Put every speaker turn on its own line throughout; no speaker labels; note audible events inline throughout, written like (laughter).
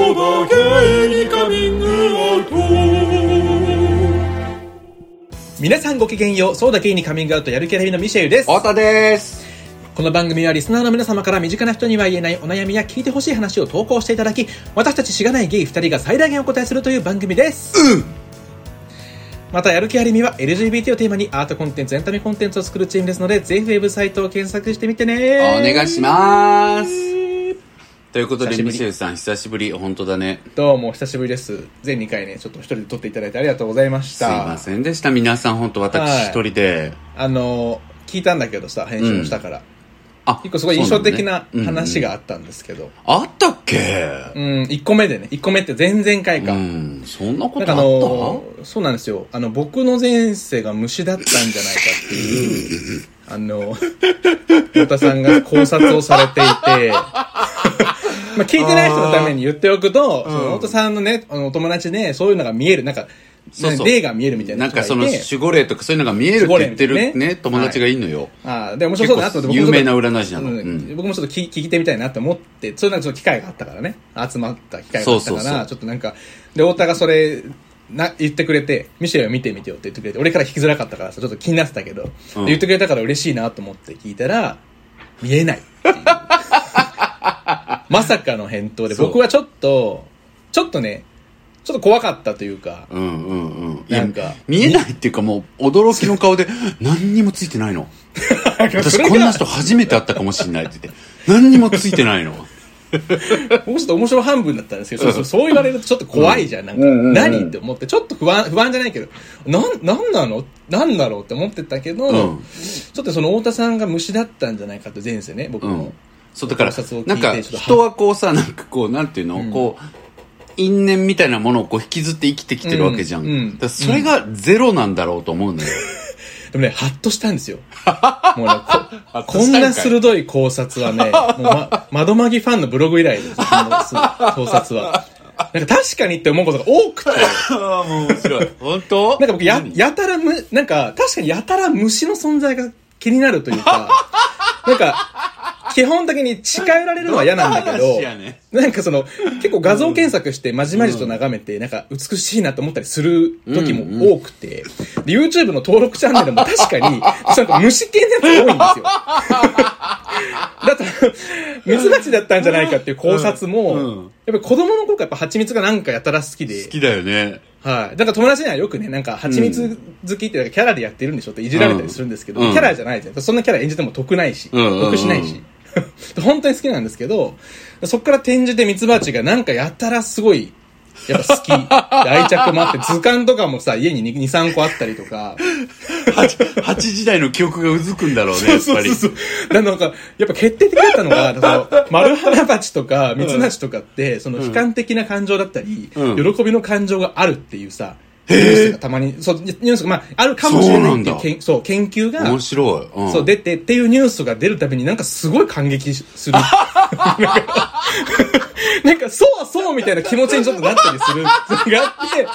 家にカミングアウト
皆さんごきげんよう、そうだけにカミングアウトやる気ありのミシェルです。
太田です
この番組はリスナーの皆様から身近な人には言えないお悩みや聞いてほしい話を投稿していただき、私たちしがないゲイ二人が最大限お答えするという番組です。また、やる気ありみは LGBT をテーマにアートコンテンツ、エンタメコンテンツを作るチームですので、ぜひウェブサイトを検索してみてね。
お願いします
す。
ということ
久
で
しぶり
ミシェルさん久しぶり本当だね
どうも、お久しぶりです。全2回ね、ちょっと一人で撮っていただいてありがとうございまし
すい
た。
ませんでした皆さん本当
はい
私一人で、
あの、聞いたんだけどさ、編集もしたから。
あ
結構すごい印象的な
そうのね
話
うん
があったんですけど。
うんあったっけ
うん、1個目でね、1個目って前々回
う
か。
んそんなこ
なん
と
か
あっ
あのーそうなんですよ。あの、僕の前世が虫だったんじゃないかっていう、
(laughs)
あの、太田さんが考察をされてい
(laughs)
て、まあ聞いてない人のために言っておくと、その太田さんのね、あのお友達で、そういうのが見える、なんか、
そうそう
霊が見えるみた
た
い
な
なん人が
か
いて。
その守護霊とかそういうのが見えるって言って
守護霊
る
ね
ね友達がいるのよ、
ああ、で、面白そうだなと思って、
結構
僕もち
有名
ょっと
な占い師なの
うん
うん
僕もちょっと聞聞いてみたいなと思って、そういうなんかちょっと機会があったからね。集まった機会があったから、
そうそうそう
ちょっとなんか、で、太田がそれ、な、言ってくれて、ミシェルを見てみてよって言ってくれて、俺から聞きづらかったからさ、ちょっと気になってたけど、で
うん
言ってくれたから嬉しいなと思って聞いたら、見えないっ
(laughs)
ていうまさかの返答で、
そう
僕はちょっと、ちょっとね、ちょっと怖かったというか、
うんうんうんいや
なんか
見えないっていうかもう驚きの顔で何にもついてないの私こんな人初めて会ったかもしれないって言って何にもついてないの
僕ちょっと面白半分だったんですけど、そうそうそう言われるとちょっと怖いじゃん。なんか、何って思って、ちょっと不安、不安じゃないけど、なん、なんなのなんだろうって思ってたけど、
うん
ちょっとその太田さんが虫だったんじゃないかと前世ね、僕
う
も。
んそうだから
考察を聞いて
なんか
ちょっと
人はこうさなんかこうなんていうの、こう因縁みたいなものをこう引きずって生きてきてるわけじゃん、
うんうん
だからそれがゼロなんだろうと思うのよ、
でもね、ハッとしたん
(laughs)
ですよ。もうね、こ
と
こ
したんかい
んな鋭い考察はね、もうま、窓まぎファンのブログ以来です、このす考察は。なんか確かにって思うことが多くて、
ああもう面白い本当
なんか僕や
何、
やたらむ、なんか、確かにやたら虫の存在が気になるという
(laughs)
か、なんか、基本的に近寄られるのは嫌なんだけ
どんな
ど
話やね、
なんかその、結構画像検索してまじまじと眺めて、なんか美しいなと思ったりする時も多くて、で、YouTube の登録チャンネルも確
(laughs)
かに、なんか虫系のやつ多いんですよ。だと、ミツバチだったんじゃないかっていう考察も、
うんうん
やっぱり子供の頃からやっぱ蜂蜜がなんかやたら好きで
好、きだよね
はい。だから友達にはよくね、なんか、蜂蜜好きって、なんかキャラでやってるんでしょっていじられたりするんですけど、
うん
キャラじゃないじゃん。そんなキャラ演じても得ないし、
うんうんうん
得しないし。 (laughs) 本当に好きなんですけど、そこから転じてミツバチがなんかやたらすごい、やっぱ好き。で愛着もあって、図鑑とかもさ、家に2、3個あったりとか。
8, 時代の記憶がうずくんだろうねやっぱり
そうそうそう。なんか、やっぱ決定的だった
(laughs)
のが、その、丸花鉢とか、蜜蜂とかって、その悲観的な感情だったり、
うん
喜びの感情があるっていうさ、ニュースがたまに、そう、ニュースが、まあ、あるかもしれないってい
そうなん
う
だ
けんそう研究が、
面白い、うん、
そう、出てっていうニュースが出るたびになんかすごい感激する。 (laughs) なんか、そうそうみたいな気持ちにちょっとなったりする。それがあって、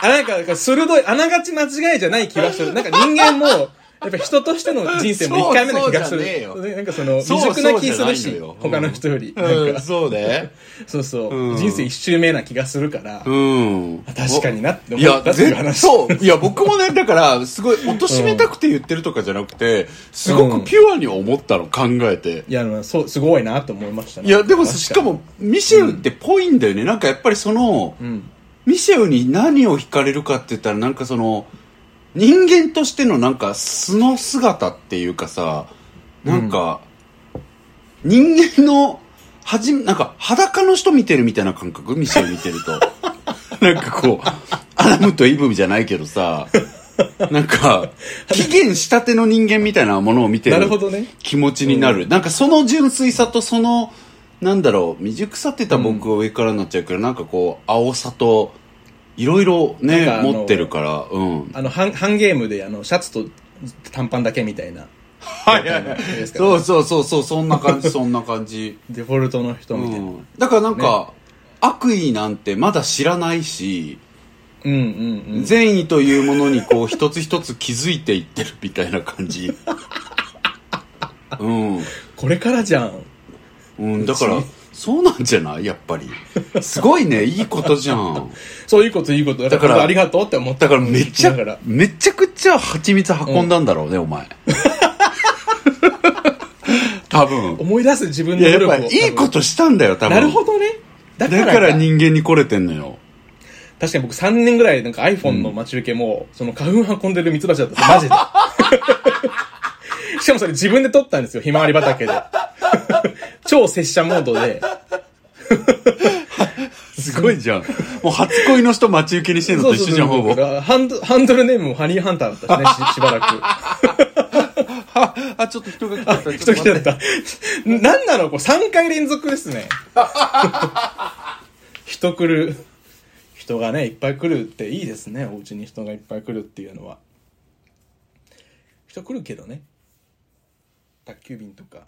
あ、なんか、なんか鋭い、あながち間違いじゃない気がする。なんか人間も、やっぱ人としての人生も一回目の気がす
そうそうじゃ
る
ねえよ。
ねなんかその、
そう
未熟な気する
そうじゃない
し
のよ、うん
他の人より。なん
うん、
か、
そうね
そうそう、
うん
人生一周目な気がするから、
うん
確かになって
い
思
や、
ったっていう
ぜ
話。
そう。いや、僕もね、だから、すごい、貶としめたくて言ってるとかじゃなくて、すごくピュアに思ったの、考えて。
いや、まあそう、すごいなと思いましたね。
いや、でも、
確かに
しかも、ミシェウってぽいんだよね。なんかやっぱりその、
ん
ミシェウに何を惹かれるかって言ったら、なんかその、人間としてのなんか素の姿っていうかさ、なんか、人間の、はじめ、なんか裸の人見てるみたいな感覚ミシェウ見てる
(laughs)
と。なんかこう、アダムとイブじゃないけどさ、なん
(laughs)
か、起源したての人間みたいなものを見てる。
なるほどね
気持ちになる、なんかその純粋さとそのなんだろう未熟さって言ったら僕は上からになっちゃうけど、なんかこう青さといろいろね
なんかあの
持ってるからうん
あの、ハンハンゲームで、あの、シャツと短パンだけみたいな。
はいはい
はいですか
そ
ら
うそうそうそうそんな (laughs) 感じそんな感じ、
デフォルトの人
う
みたいな。
ん、だからなんか、悪意なんてまだ知らないし、
うんうんうん。
善意というものにこう一つ一つ気づいていってるみたいな感 (laughs) じうん
これからじゃん。
うん、だから
うち、
そうなんじゃないやっぱり。すごい (laughs) ね、いいことじゃん。
そういうこといいことだか
だ
ら
から
僕ありがとうって思った
だからめち
だから
ゃ、めちゃくちゃ蜂蜜運んだんだろうね、お前。 (laughs) 多分。
思い出す自分
い
の
や、
努
やっ
力を
ぱいいこ
多
としたんだよ、多
分
分。
なるほどねだから
だから人間に来れてんのよ。
確かに僕3年ぐらいなんか iPhone の待ち受けも、その花粉運んでるミツバチだったマジで
(laughs)
しかもそれ自分で撮ったんですよひまわり畑で超拙者モードです
ごいじゃん。もう初恋の人待ち受けにしてんのと一緒じゃん、ほぼ。
ハンドハンドルネームもハニーハンターだったしねししばらく
あ、あちょっと人が来ちゃった。
人来てた。なんなのこれ3回連続です
(laughs)
ね。人来る。人がね、いっぱい来るっていいですね。お家に人がいっぱい来るっていうのは。人来るけどね。宅急便とか。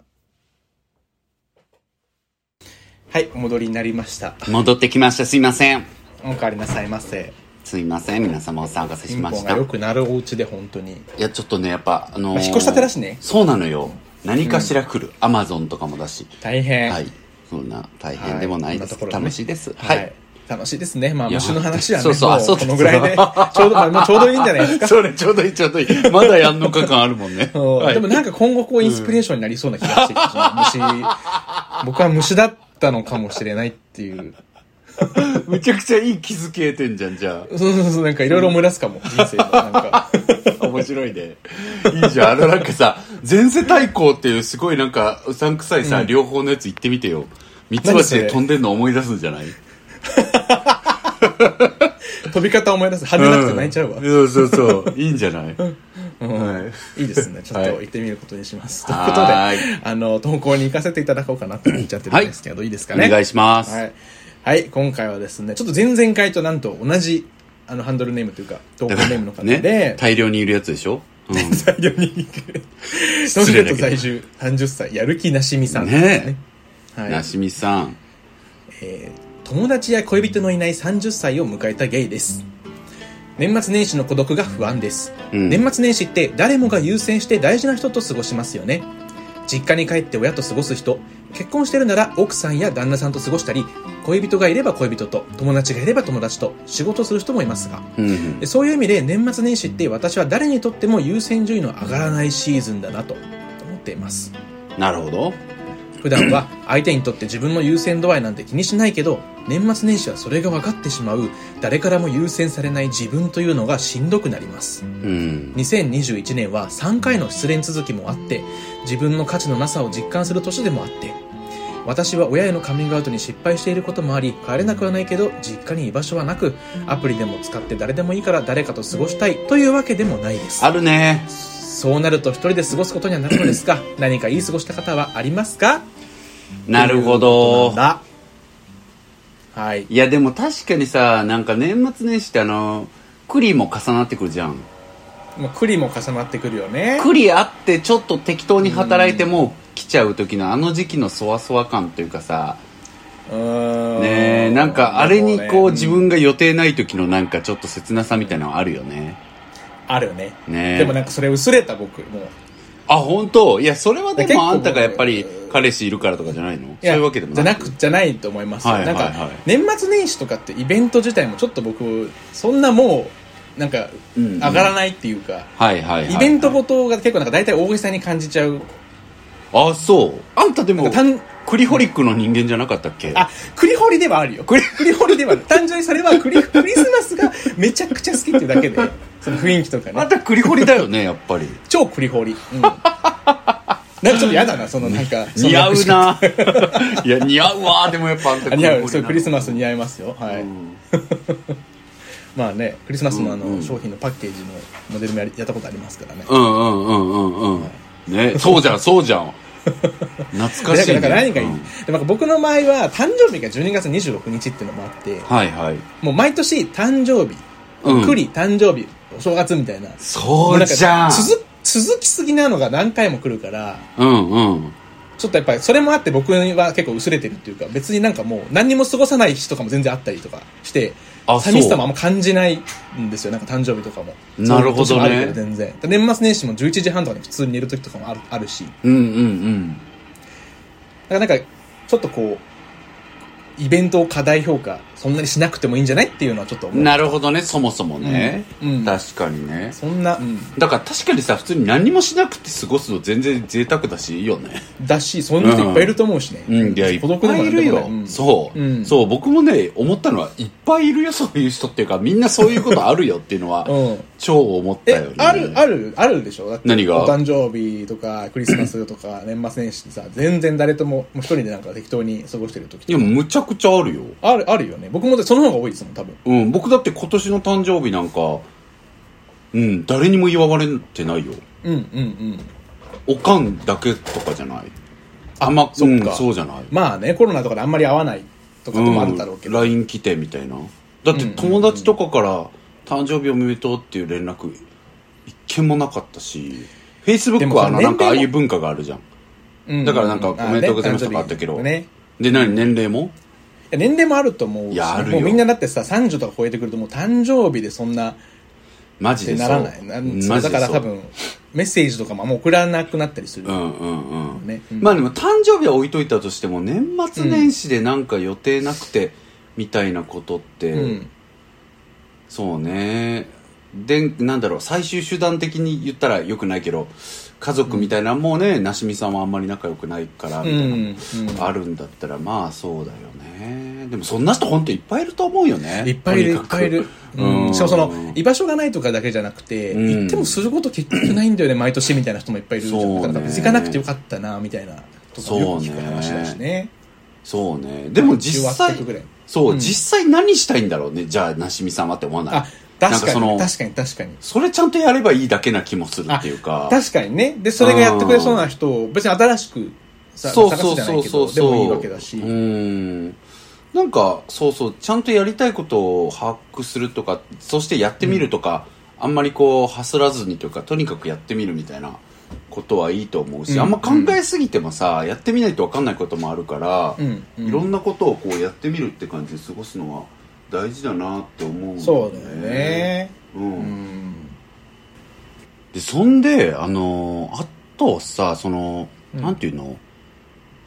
はい、お戻りになりました。
戻ってきました、すいません。
お帰りなさいませ。
すいません、皆様お騒がせし
貧
まし
乏
た。
が
い
良くなるお家で本当に。
や、ちょっとね、やっぱ、あのー
まあ引っ越したてだしね
そうなのよ。何かしら来る。アマゾンとかもだし。
大変。
はい。そんな、大変でもないです。
はこんところね
楽しいです。はい。。
楽しいですね。まあ、
いや
虫の話はね、
そうそう
も
あそうだ
このぐらいで、ちょうど、まあもうちょうどいいんじゃないですか。
それ、ちょうどいい、ちょうどいい。まだやんのか感あるも
(laughs)
んね。
うん
はい
でもなんか今後こうインスピレーションになりそうな気が
(laughs)
してきた、その虫、僕は虫だったのかもしれないっていう。
むちゃくちゃいい気づけてんじゃん、じゃ
そうそうそう、なんかいろいろ思い出すかも、人生の。なんか、
あ。 (laughs) 面白いね。いいじゃん。あの、なんかさ、前世対抗っていうすごいなんか、うさんくさいさ、両方のやつ行ってみてよ。三つ
何そ
橋
れ
で飛んでんの思い出すんじゃない
飛び方思い出す。跳ねなくて泣いちゃうわ。
んそうそうそう。いいんじゃない
うんいいですね。ちょっと行ってみることにします。
はい
と
は
いう
ー
ことで、あの、投稿に行かせていただこうかなと思っちゃってるんですけど、いいですかね。
お願いします。
はい。はい、今回はですね、ちょっと前々回となんと同じ、あの、ハンドルネームというか、投稿ネームの方で、
ね、大量にいるやつでしょ、うん、
(laughs) 大量に行く。 (laughs) 東
失礼だ
京
けど
都在住、30歳、やる気なしみさん、
ね
え。は。
ないしみさん。
えー友達や恋人のいない30歳を迎えたゲイです。年末年始の孤独が不安です。
うん
年末年始って誰もが優先して大事な人と過ごしますよね。実家に帰って親と過ごす人、結婚してるなら奥さんや旦那さんと過ごしたり、恋人がいれば恋人と、友達がいれば友達と、仕事をする人もいますが、
うんうん
でそういう意味で年末年始って私は誰にとっても優先順位の上がらないシーズンだなと思っています
なるほど。
普段は相手にとって自分の優先度合いなんて気にしないけど年末年始はそれが分かってしまう誰からも優先されない自分というのがしんどくなります
うん。
2021年は3回の失恋続きもあって自分の価値のなさを実感する年でもあって私は親へのカミングアウトに失敗していることもあり帰れなくはないけど実家に居場所はなくアプリでも使って誰でもいいから誰かと過ごしたいというわけでもないです
あるね。
そうなると一人で過ごすことにはなるのですが (clears throat) 何かいい過ごし方はありますか
なるほど
ということ。なんだはい
いや、でも確かにさ、なんか年末年始ってあの、栗も重なってくるじゃん。
もう栗も重なってくるよね
栗あってちょっと適当に働いても来ちゃう時のあの時期のそわそわ感というかさ、
うーん
ねえ、なんかあれにこう自
ん
分が予定ない時のなんかちょっと切なさみたいなのあるよね。
あるよね
ねえ。
でもなんかそれ薄れた僕もう
あ、本当いや、それはで
結構
もあんたがやっぱり彼氏いるからとかじゃないのそう
いや
いうわけでも
じゃ
な
な
く
くじゃないと思いますよ、
はいはいはい
なんか年末年始とかってイベント自体もちょっと僕そんなもうなんか
うんうん
上がらないっていうか、
はいはいはい。
イベントごとが結構なんか大体大げさに感じちゃう
あ、そう。あんたで
な
も
んか、単
クリホリックの人間じゃなかったっけ
あ栗掘りではあるよ栗掘りではある単純にそれは
(laughs)
クリクリスマスがめちゃくちゃ好きっていうだけでその雰囲気とか
あん
ね
たクリホリだよ (laughs) ね、やっぱり。
超栗掘り、うん、なんかちょっと嫌だなそのなんかその
似合うな。 (laughs) いや、似合うわ。でもやっぱあんた
あ似合うそうクリスマ
ス。
ス似合いますよはい、
うん
(laughs) まあねクリスマスのあの、
うんうん
商品のパッケージのモデルもやりやったことありますからね
うんうんうんうんうん。ね、そうじゃん、そうじゃん。懐かしいね。
だから何がいい、
うん
でなんか僕の場合は誕生日が12月26日っていうのもあって
はいはい。
もう毎年誕生日、
うん
栗誕生日お正月みたいな
そうじゃん。
続続きすぎなのが何回も来るから
うんうん。
ちょっとやっぱりそれもあって僕は結構薄れてるっていうか別になんかもう何にも過ごさない日とかも全然あったりとかして
あ
寂しさもあ
そうん
ま感じないんですよなんか誕生日とかも
なるほどね
そういう年もあけ全然年末年始も11時半とかに普通に寝る時とかもあるあるし
うんうん
だからなんか、ちょっとこう、イベントを過大評価、そんなにしなくてもいいんじゃないっていうのはちょっと思う。
なるほどねそもそもね、
うんうん
確かにね
そんな、うん。
だから確かにさ普通に何もしなくて過ごすの全然贅沢だしいいよね
だし、そんな人いっぱいいると思うしね。
うんいやいっ
孤独でも
ぱいいる
なんでも
よ、
ないうん
そう、
うん
そう僕もね思ったのはいっぱいいるよそういう人っていうかみんなそういうことあるよっていうのは、
うん
超思ったよね、
えある、ある、あるでしょだって
何が
お誕生日とか、クリスマス
(coughs)
とか、年末年始ってさ、全然誰とも、もう一人でなんか適当に過ごしてる時
いやむちゃくちゃあるよ
ある、あるよね。僕もその方が多いですもん、多分。
うん僕だって今年の誕生日なんかうん誰にも祝われてないよ
うん、うん、うん。
おかんだけとかじゃないあんま
そっか
うんそうじゃない
まあね、コロナとかであんまり会わないとかともあるだろうけど。
LINE 来てみたいなだって友達とかから「誕生日おめでとう」っていう連絡一件もなかったし
で
Facebook
も
は
そ
あ
の
のな
年齢も
んかああいう文化があるじゃん
うん
だからなんか
う
おめでとうございますとかあったけど
あね
で何年齢も
いや年齢もあると思うし
いやあるよ
もうみんなだってさ30とか超えてくるともう誕生日でそんなっ
マジ
て
でそ
な
う
らないなんそうだから多分メッセージとかもあんま送らなくなったりする、
うんうんうん、
ねうん
まあでも誕生日は置いといたとしても年末年始でなんか予定なくてみたいなことって、
うん
そうねでなんだろう最終手段的に言ったらよくないけど家族みたいな、もうねなしみさんはあんまり仲良くないから
う
みたいな、
ん、
あるんだったらまあそうだよねでもそんな人本当いっぱいいると思うよね
いっぱいいるい
と
っ
にか
ぱ
く
いいる、うん
うん
しかもその居場所がないとかだけじゃなくて、
うん
行ってもすること結局ないんだよね毎年みたいな人もいっぱいいるじゃん
そうね
だから別に行かなくてよかったなみたいなとかもよく聞く話だしね
そうねでも実
終わっ
際
てくぐらい
そう、
うん
実際何したいんだろうねじゃあなしみさんはって思わない
あ確
なんか
か
そ
に
の
確かに確かに
それちゃんとやればいいだけな気もするっていうか
確かにねでそれがやってくれそうな人を別に新しくさ
そう
探
そ
す
う
じゃな
そ
いうけ
そ
ど
う
でもいいわけだし、
うんなんかそうそうちゃんとやりたいことを把握するとかそしてやってみるとか、あんまりこうはすらずにというかとにかくやってみるみたいなことはいいと思うし、
うん
あんま考えすぎてもさ、やってみないと分かんないこともあるから、
うんうん
いろんなことをこうやってみるって感じで過ごすのは大事だなって思う
そうだよね
うん
うん
でそんであのあとさその、
うん
なんていうの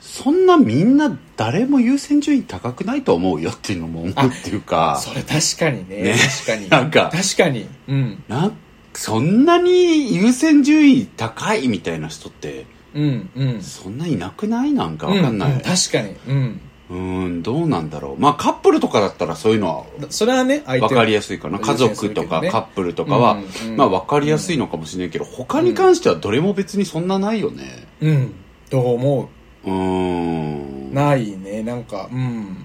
そんなみんな誰も優先順位高くないと思うよっていうのも思うっていうか
それ確かにね
ね
確かに
なんか
確かにうん
なんそんなに優先順位高いみたいな人って
うんうん
そんないなくないなんかわかんな
うう
い、
確かにうん
うーんどうなんだろうまあカップルとかだったらそういうのは
だそれはね相
分
手
かりやすいかな
相
家
手は優先す
族
るけ
と
どね
かカップルとかは、
うんうん
まあ分かりやすいのかもしれないけど他に関してはどれも別にそんなないよね
うんどう思
うーん
うないねなんかうん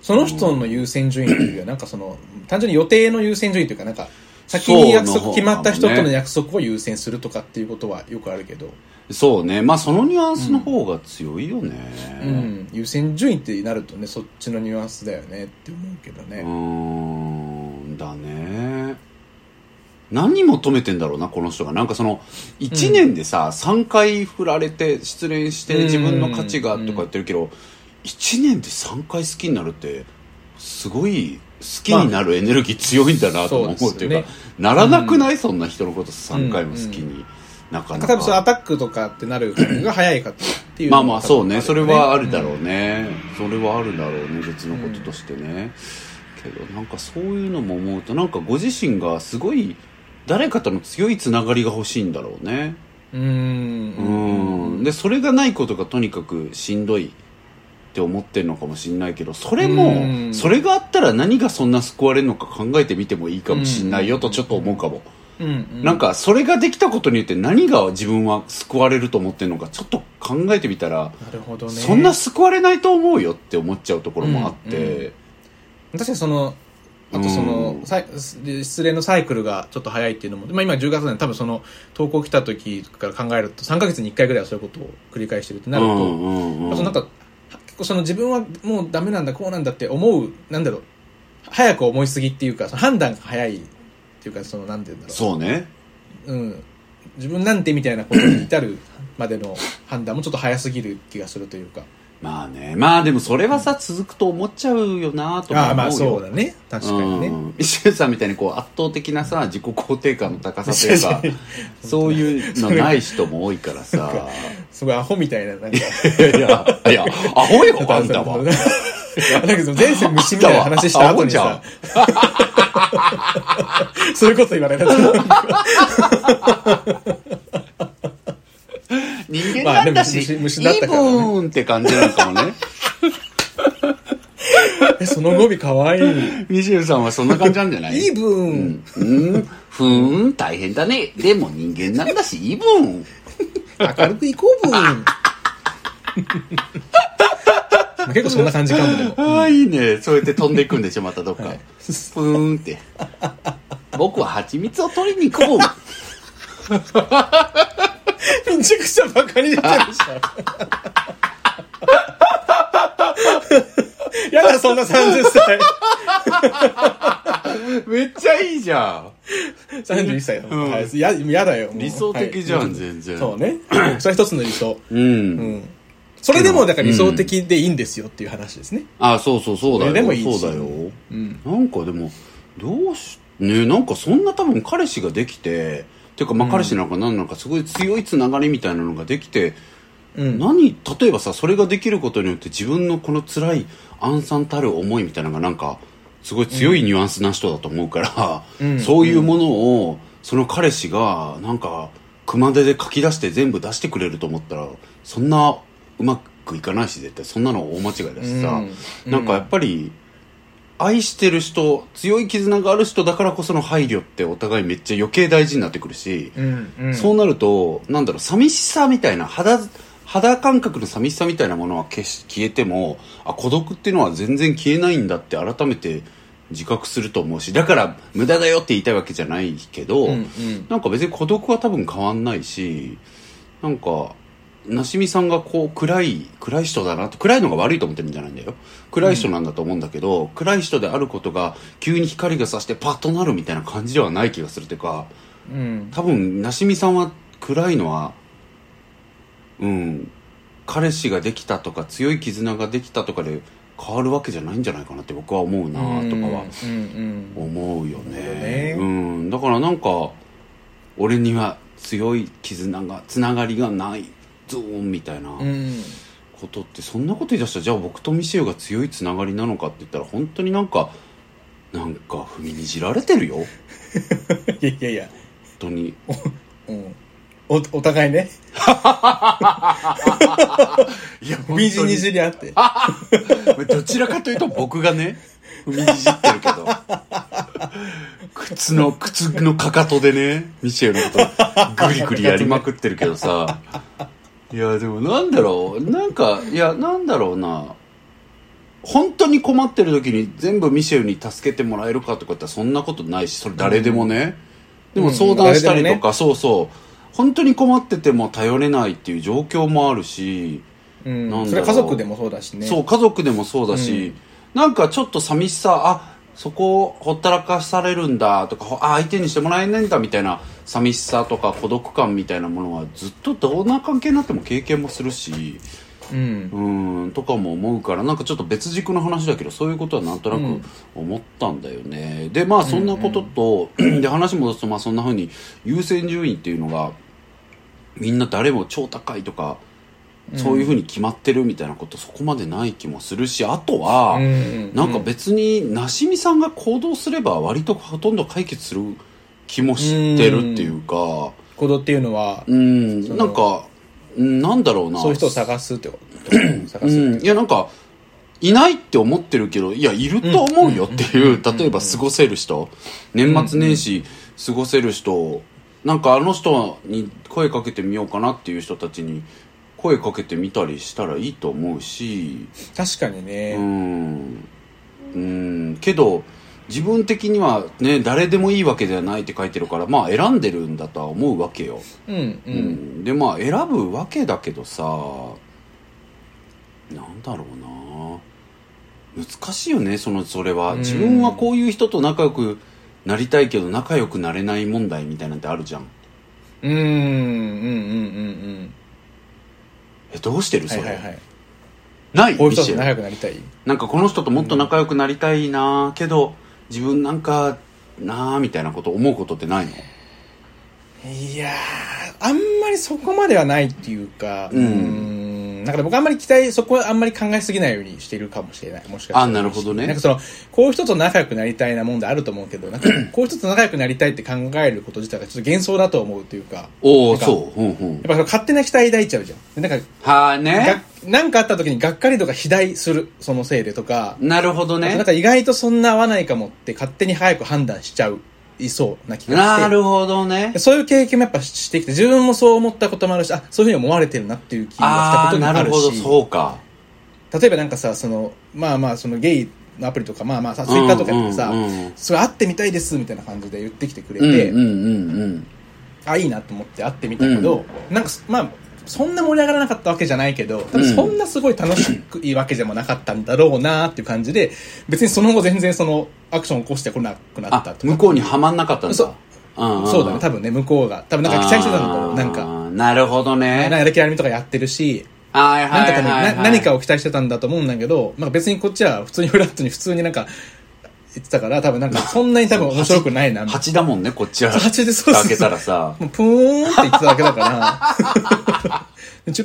その人の優先順位というよりはなんかその単純に予定の優先順位というかなんか先に約
そうの方
束決まった人と
かも
の
ね
約束を優先するとかっていうことはよくあるけど、
そうねまあそのニュアンスの方が強いよね
う、ん、優先順位ってなるとねそっちのニュアンスだよねって思うけど
うー
ね、
んだね何求めてんだろうなこの人がなんかその1年でさ、3回振られて失恋して自分の価値がと
うん
か言ってるけど、1年で3回好きになるってすごい好き
まあ
になるエネルギー強いんだなとも思
そう
う
です
とい
よ
う
ね
か、ならなくない、そんな人のこと3回も好きに、なか
な
な
ん
か
か多分そのアタックとかってなる感じが早いかっていう
ま
の
あ
も
まあそうね
多
それ
分
はある
よね
だろうね、それはあるだろうね別のこととしてね、けどなんかそういうのも思うとなんかご自身がすごい誰かとの強いつながりが欲しいんだろうね
うん
う
うん
んでそれがないことがとにかくしんどいって思ってるのかもしれないけどそれも、
うん
それがあったら何がそんな救われるのか考えてみてもいいかもしれないよとちょっと思うかも、
うんうん
なんかそれができたことによって何が自分は救われると思ってるのかちょっと考えてみたら
なるほどね
そんな救われないと思うよって思っちゃうところもあって、
確かにそのあとその
うん
さい失恋のサイクルがちょっと早いっていうのも、まあ、今10月なんで多分その投稿来た時から考えると3か月に1回ぐらいはそういうことを繰り返してるってなると、
うんうんうん
あとなんか結構その自分はもうダメなんだこうなんだって思うなんだろう早く思いすぎっていうかその判断が早いっていうかそのなんて言うんだろ
そうね
うう、ん、自分なんてみたいなことに至るまでの判断もちょっと早すぎる気がするというか
まあねまあでもそれはさ続くと思っちゃうよなと
あ
か
あ、まあ
思うよ
そうだね。確かにね。
うん石内さんみたいにこう圧倒的なさ自己肯定感の高さという
(laughs)
か
いやいや
そういうのない人も多いからさ
(laughs) すごいアホみたいな、なんか。
いやいやいやアホ
(laughs)
よあんたは
だけど前世虫みたいな話した後にさ。 (laughs) そういうこと言われた (laughs) ら。
人間なんだし、
まあでも虫虫だったからね
イーブーンって感じなのかもね (laughs)
えその語尾かわいい。
西内さんはそんな感じなんじゃない
イーブーン。
うんふーん大変だねでも人間なんだしイーブーン
明るく行こうブー (laughs) ン。まあ結構そんな感じかもでも。
ああいいねそうやって飛んでいくんでしょまたどっか、
はい
ふーんって僕は蜂蜜を取りに行こう
めちゃくちゃバカにしてました。 (laughs) やだ、そんな30歳。
(laughs) めっちゃいいじゃ
31歳だ、
うん
はいややだよもう
理想的じゃん
はい
全然
そうね (clears throat) それ一つの理想
ん。うん。
うんそれでもだから理想的でいいんですよっていう話ですね、
あ、そうそう、そうだよ。
ねでもいいし
そうだよ。
うん
なんかでも、どうし、ねなんかそんな多分彼氏ができて、ていうかまあ彼氏なんかなんなんかすごい強いつながりみたいなのができて、
うん
何、例えばさ、それができることによって自分のこの辛い暗算たる思いみたいなのがなんか、すごい強いニュアンスな人だと思うから、
うん
そういうものを、その彼氏が、なんか、熊手で書き出して全部出してくれると思ったら、そんなうまくいかないし、絶対。そんなの大間違いだしさ、
うん
なんかやっぱり、愛してる人、強い絆がある人だからこその配慮ってお互いめっちゃ余計大事になってくるし、
うんうん
そうなると、なんだろう、寂しさみたいな、肌、肌感覚の寂しさみたいなものは消し消えても、あ、孤独っていうのは全然消えないんだって改めて自覚すると思うし、だから無駄だよって言いたいわけじゃないけど、
うんうん
なんか別に孤独は多分変わんないし、なんか、なしみさんがこう暗い、暗い人だなって、暗いのが悪いと思ってるんじゃないんだよ。暗い人なんだと思うんだけど、暗い人であることが急に光が差してパッとなるみたいな感じではない気がするというか、
うん
多分なしみさんは暗いのはうん彼氏ができたとか強い絆ができたとかで変わるわけじゃないんじゃないかなって僕は思うなとかは
うんうん
思うよね
そうだね
うん、だからなんか俺には強い絆がつながりがないゾーンみたいな
うん
ことってそんなこと言い出したらじゃあ僕とミシェルが強いつながりなのかって言ったら本当になんかなんか踏みにじられてるよ本
いやいやいや、
当に
うん、おお互いね
いや
みじにじりあって
(laughs) どちらかというと僕がね、踏みにじってるけど。靴の、靴のかかとでね、ミシェルのこと、グリグリやりまくってるけどさ。いや、でもなんだろう、なんか、いや、なんだろうな。本当に困ってる時に全部ミシェルに助けてもらえるかとかってそんなことないし、それ誰でもね。でも相談したりとか、そうそう。本当に困ってても頼れないっていう状況もあるし、
う
な
ん
んだろう
それは家族でもそうだしね
そう家族でもそうだし、なんかちょっと寂しさあそこをほったらかされるんだとかほあ相手にしてもらえないんだみたいな寂しさとか孤独感みたいなものはずっとどんな関係になっても経験もするし
うん
うんとかも思うからなんかちょっと別軸の話だけどそういうことはなんとな
うん
く思ったんだよね、でまあそんなことと、で話戻すとまあそんな風に優先順位っていうのがみんな誰も超高いとかそういう風に決まってるみたいなことそこまでない気もするしあとは、
うんうん
なんか別になしみさんが行動すれば割とほとんど解決する気もしてるっていうか
行動っていうのは、
うん、
その
なんかうんなんだろうな
そういう人を探すってこと探す、
うん、いやなんかいないって思ってるけどいやいると思うよっていう、例えば過ごせる人年末年始過ごせる人なんかあの人に声かけてみようかなっていう人たちに声かけてみたりしたらいいと思うし
確かにね、
うんうんけど自分的にはね誰でもいいわけではないって書いてるからまあ選んでるんだとは思うわけよ。
うんう
うんん、でまあ選ぶわけだけどさなんだろうな難しいよねそのそれは、
うん
自分はこういう人と仲良くなりたいけど仲良くなれない問題みたいなんてあるじゃん
うんうんうんうんうん
えどうしてるそ
はい
れ、
はいはい
ない
こういう
ミ
人
シェル
と仲良くなりたい
なんかこの人ともっと仲良くなりたいなあけど自分なんかなあみたいなこと思うことってないの
いやーあんまりそこまではないっていうか
うん
んだから僕あんまり期待そこはあんまり考えすぎないようにしているかもしれないもしかしたら
あなるほどね
なんかそのこういう人と仲良くなりたいなもんであると思うけどな
(clears throat)
んかこういう人と仲良くなりたいって考えること自体がちょっと幻想だと思うというか
おお
なんか
そう、うんうん、
やっぱその勝手な期待抱いちゃうじゃんでなんか
はあ
が
ね
なんかあった時にがっかりとか肥大するそのせいでとか
なるほど
あとな
ね
んか意外とそんな合わないかもって勝手に早く判断しちゃういそうな気がして
なるほどね
そういう経験もやっぱしてきて自分もそう思ったこともあるしあそういうふうに思われてるなっていう気がした
あ
こ
あ
と
ー
も
な
あ
る
る
ほど
し
そうか
例えばなんかさそのまあまあそのゲイのアプリとかまあまあさツイッターとかやってさ、
うんうんうん
すごい会ってみたいですみたいな感じで言ってきてくれ
うん
て、
うんうんうん
あいいなと思って会ってみたけど、なんかまあそんな盛り上がらなかったわけじゃないけど多分そんなすごい楽しくいいわけでもなかったんだろうなっていう感じで別にその後全然そのアクションを起こしてこなくなった
あ
とか
向こうにはまんなかったんだ
そう
うんんん
そうだね多分ね向こうが多分なんか期待してたんだと思うなん
あ
か
ーなるほどね
やる気ありみとかやってるし、
はい
な
は
ん
いは
か多
い
分
はい、
な何かを期待してたんだと思うんだけど、なんか別にこっちは普通にフラットに普通になんか言ってたから、多
(laughs)
分なんかそんなに多分面白くないな、みたい
蜂だもんねこっちは
な。8でそうそうそう
開けたらさ
もうプーンって言ってただけ
(laughs)
だから。ちょ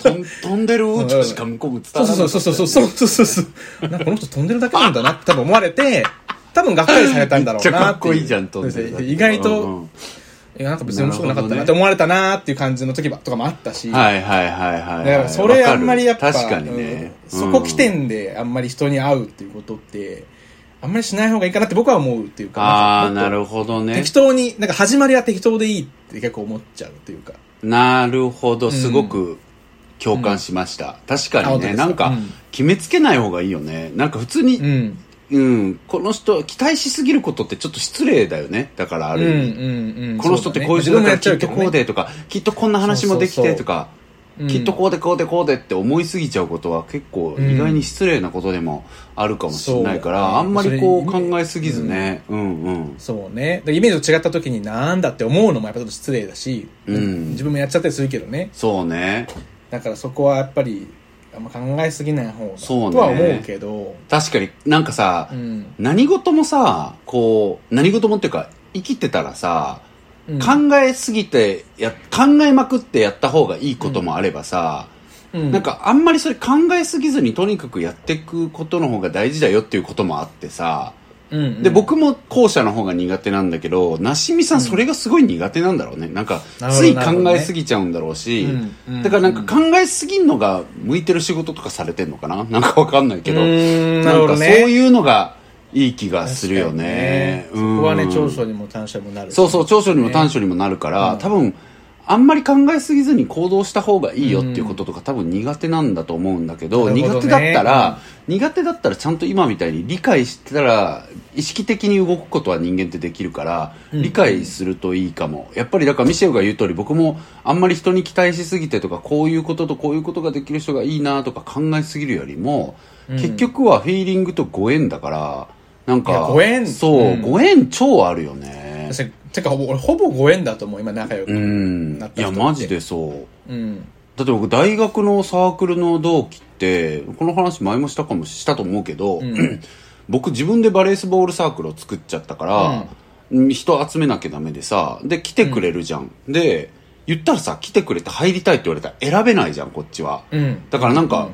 とん飛んでるちょっとしか向こうも伝わらな
そうそうそうそうそうそうそうそう。なんかこの人飛んでるだけなんだなって多分思われて、多多分がっかりされたんだろう
めっちゃか
な
ってこ
う
いいじゃん飛んでるだけ
意外と、
うんうん
いやなんか別に面白くなかったなって思われたなっていう感じの時はとかもあったし、
はいはいはいはいはい
だからそれあんまりやっぱ
わかる確かにね、
うんそこ起
うん
点であんまり人に会うっていうことってあんまりしない方がいいかなって僕は思うっていうか
ああ
んかもっ
な
と
るほどね
適当になんか始まりは適当でいいって結構思っちゃうっていうか
なるほどすごく共感しました、確か
あ
に
本当
ね
ですか
なんか、
うん
決めつけない方がいいよねなんか普通に
う、ん
うんこの人期待しすぎることってちょっと失礼だよねだからあ
うんう
る意味、
んうん
この人ってこういう
自
人
分
だから
もやっち
き
ゃ
っ
うけ
と
ど
こう
ね
でとか、きっとこんな話もできてとか
そうそうそううん
きっとこうでこうでこうでって思いすぎちゃうことは結構
うん
意外に失礼なことでもあるかもしれないから、
そう
あんまりこう
それに
考えすぎずね、うん、うん
そうねでイメージと違った時になんだって思うのもやっぱちょっと失礼だし、
うん
自分もやっちゃったりするけどね
そうね
だからそこはやっぱりあんま考えすぎない方が
そうね
とは思うけど
確かになんかさ、
うん
何事もさこう何事もっていうか生きてたらさ、
うん
考えすぎてや考えまくってやった方がいいこともあればさ、
うん
なんかあんまりそれ考えすぎずにとにかくやっていくことの方が大事だよっていうこともあってさ
うんうん
で、僕も後者の方が苦手なんだけど、なしみさんそれがすごい苦手なんだろうね。なんか、
なるほ
つ
ど
い考
なるほど
え
ね
すぎちゃうんだろうし、
うんうん
だからなんか考えすぎんのが向いてる仕事とかされてんのかな (laughs) なんかわかんないけど。
うーん
な
なる
ん
ほ
か
ど
そう
ね
いうのがいい気がするよね。
確かにねそこはね
うん
長所にも短所にもなる
そうそう、長所にも短所にもなるから、多分、あんまり考えすぎずに行動した方がいいよっていうこととか、多分苦手なんだと思うんだけど、
なるほど
苦
ね
手だったら、苦手だったらちゃんと今みたいに理解したら、意識的に動くことは人間ってできるから、理解するといいかも。やっぱりだからミシェルが言う通り、僕もあんまり人に期待しすぎてとか、こういうこととこういうことができる人がいいなとか考えすぎるよりも、結局はフィーリングとご縁だから、なん
い
か、
やご縁
そう、
うん
ご縁超あるよね。
確かにてかほぼ俺ほぼご縁だと思う今仲良く
うん
なっ。
い
た人
や、
って
マジでそう。
うん
だって僕、大学のサークルの同期って、この話前もしたかもし、したと思うけど、 (clears throat) 僕自分でバレースボールサークルを作っちゃったから、うん人集めなきゃダメでさ、で、来てくれるじゃん。で、言ったらさ、来てくれて入りたいって言われたら選べないじゃん、こっちは。
うん
だからなん
う
か
ん、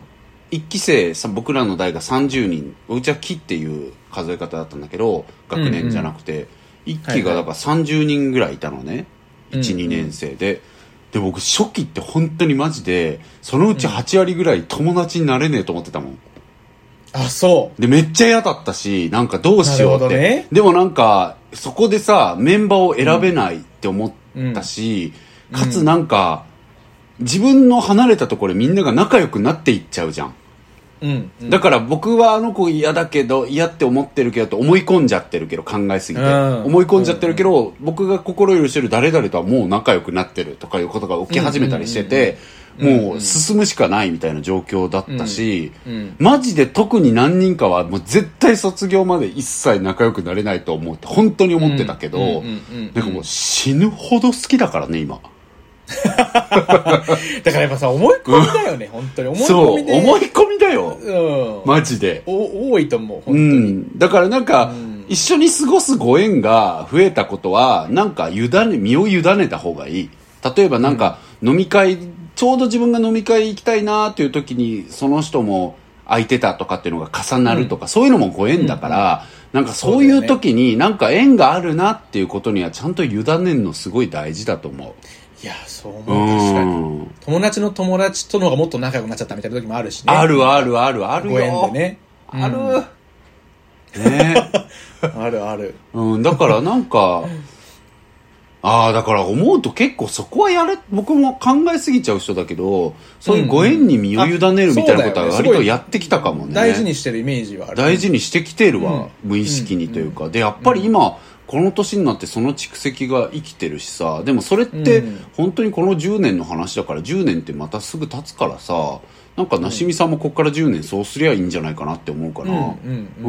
一期生さ、僕らの代が30人、うちは期っていう数え方だったんだけど、学年じゃなくて、一期がだから30人ぐらいいたのね。
うん
1、2年生で。で、僕、初期って本当にマジで、そのうち8割ぐらい友達になれねえと思ってたもん。
あそう
で、めっちゃ嫌だったし、なんかどうしようっ
な
て。
るほどね
でもなんか、そこでさ、メンバーを選べないって思ったし、
うん
かつなんか、自分の離れたところでみんなが仲良くなっていっちゃうじゃん。
うんうん
だから僕はあの子嫌だけど、嫌って思ってるけどと思い込んじゃってるけど、考えすぎて。
うん
思い込んじゃってるけど、僕が心許してる誰々とはもう仲良くなってるとかいうことが起き始めたりしてて、もう進むしかないみたいな状況だったし、
うんうん
マジで特に何人かはもう絶対卒業まで一切仲良くなれないと思うって本当に思ってたけど、
うんうんうんうん
なんかもう死ぬほど好きだからね、今。
だからやっぱさ、思い込みだよね、本当に。思い
そう
込みで。
思い込みだよ
うん。
マジで
お多いと思う、本
う
当に。
んだからなんか、
うん
一緒に過ごすご縁が増えたことはなんか委ね身を委ねた方がいい例えばなんか飲み会、ちょうど自分が飲み会行きたいなっていう時にその人も空いてたとかっていうのが重なるとか、そういうのもご縁だから、なんかそういう時になんか縁があるなっていうことにはちゃんと委ねるのすごい大事だと思
いや、そう
う。う
思う、確かに。
ん。
友達の友達との方がもっと仲良くなっちゃったみたいな時もあるしね。
あるあるあるあるよ。
ご縁でね。
ある。
うん
ね
あるある。
うん、だ
(laughs)
からなんか、ああ、だから思うと結構そこはやれ、僕も考えすぎちゃう人だけど、そういうご縁に身を委ねるみたいなことは
うんうんあそうだよね
割とやってきたかもね。
大事にしてるイメージはある。
大事にしてきてるわ、
う
無意識にというか、でやっぱり今、この年になってその蓄積が生きてるしさでもそれって
うん
本当にこの10年の話だから10年ってまたすぐ経つからさなんかなしみさんもここから10年そうすりゃいいんじゃないかなって思うか
う
ら、
ん、う、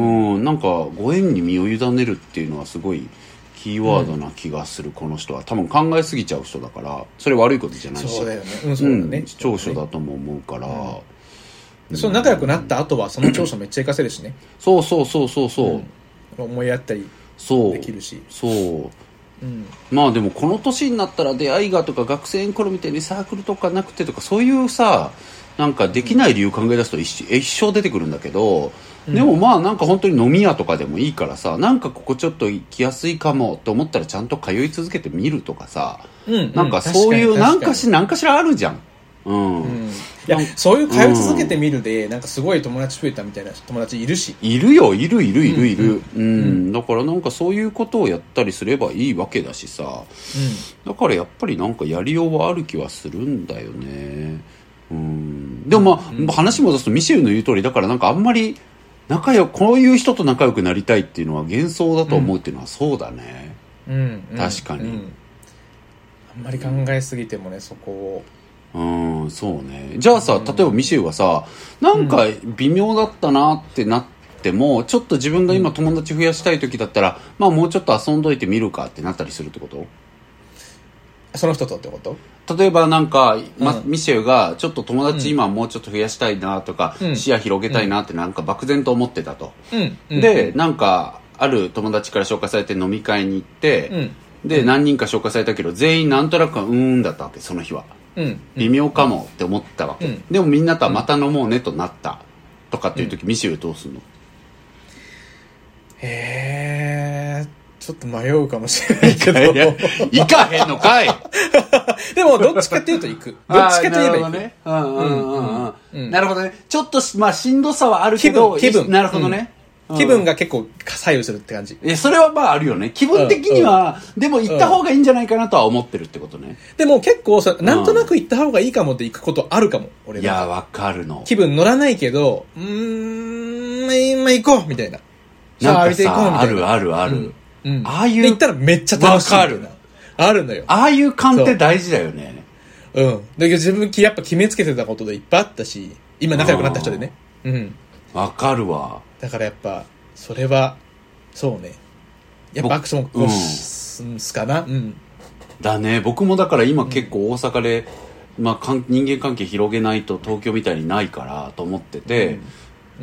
うんん、なんかご縁に身を委ねるっていうのはすごいキーワードな気がする、この人は多分考えすぎちゃう人だからそれ悪いことじゃ
う。
なんいし
そうだよね。うん、そううだ
ん
ね。
長所だとも思うから、
でその仲良くなった後は、その長所めっちゃ活かせるしね。
そうそうそうそうそう、
思いやったり
そう
できるし。
そう
うん。
まあでもこの年になったら出会いがとか学生の頃みたいにサークルとかなくてとかそういうさなんかできない理由考え出すと一,、一生出てくるんだけど、でもまあなんか本当に飲み屋とかでもいいからさなんかここちょっと行きやすいかもと思ったらちゃんと通い続けてみるとかさ、
うん。
なんかそういう
確に
なんかしなんかしらあるじゃん。うん
うんいや
なん
そういう通い続けてみるで、なんかすごい友達増えたみたいな友達いるし
いるよいるいるいるいる、うんだからなんかそういうことをやったりすればいいわけだしさ、だからやっぱりなんかやりようはある気はするんだよねうんでもまあ、話戻すとミシェルの言う通りだからなんかあんまり仲良くこういう人と仲良くなりたいっていうのは幻想だと思うっていうのはそうだね、
うん、うん
確かに
うんあんまり考えすぎてもねそこを
うん、そうね。じゃあさ、例えばミシェルはさ、なんか微妙だったなってなっても、ちょっと自分が今友達増やしたい時だったら、まあもうちょっと遊んどいてみるかってなったりするってこと
その人とってこと
例えばなんか、ま
うん
ミシェルがちょっと友達今もうちょっと増やしたいなとか、
うん
視野広げたいなってなんか漠然と思ってたと。
うん、
で、なんか、ある友達から紹介されて飲み会に行って、で、何人か紹介されたけど、全員なんとなくうーんだったわけ、その日は。
うん
微妙かもって思ったわけ、
うん
でもみんなとはまた飲もうねとなったとかっていう時、ミシェルどう
(laughs)
すんの
へえちょっと迷うかもしれないけど
(laughs) いや行かへんのかい
でもどっちかっていうと行
(laughs)
くどっちかといえば行く
ねうんうんうん
うん
う
うんん
なるほどねちょっとしまあしんどさはあるけど
気分気分
なるほどね、うん
気分が結構左右するって感じ
いやそれはまああるよね気分的には、でも行った方がいいんじゃないかなとは思ってるってことね、
でも結構さなんとなく行った方がいいかもって行くことあるかも俺
い
なんか
やわかるの
気分乗らないけど、うーん、まあ、今行こうみたいな。さあ
なん
浴
か
びていこうみ
さ
た
あ
いな。
るあるある、
うん。
ああいう
で行ったらめっちゃ楽しいみたいな。
わか
あるのよ。
ああいう感って大事だよね
うん。だけど自分きやっぱ決めつけてたことでいっぱいあったし、今仲良くなった人でね。うん。
わかるわ
だからやっぱ、それは、そうね。やっぱアクションを
うん
すんすかな。うん。
だね僕もだから今結構大阪で、まあ、かん人間関係広げないと東京みたいにないからと思ってて、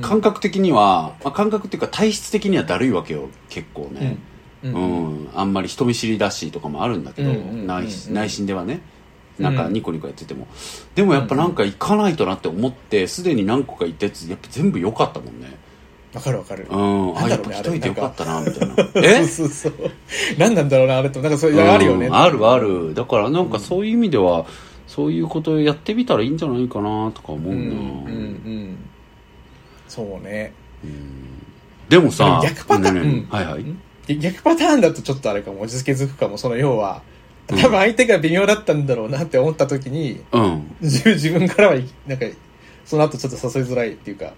感覚的には、まあ、感覚っていうか体質的にはだるいわけよ結構ね、
う
うん
ん。
あんまり人見知りだしとかもあるんだけど、
うんうんうんうん
内内心ではねなんか
うん
ニコニコやってても、でもやっぱなんか行かないとなって思ってすでに何個か行ったやつやっぱ全部良かったもんね
わかるわかる。
うん
な
あ
ん
やっ
だろう
ぱ
ね
来といてよかったなみたいな
そう (laughs) そうそう。何なんだろうな、あれと。なんかそういう、あるよね
う。んあるあるだからなんかそういう意味では、そういうことをやってみたらいいんじゃないかなとか思う
う
な、
ん。うん。うん。そうね。
でもさ
でも逆パターン
ねねね
うん
はいはい
で逆パターンだとちょっとあれかも落ち着けづくかもその要は多分相手が微妙だったんだろうなって思った時に、
うん
自自分からはいなんかその後ちょっと誘いづらいっていうか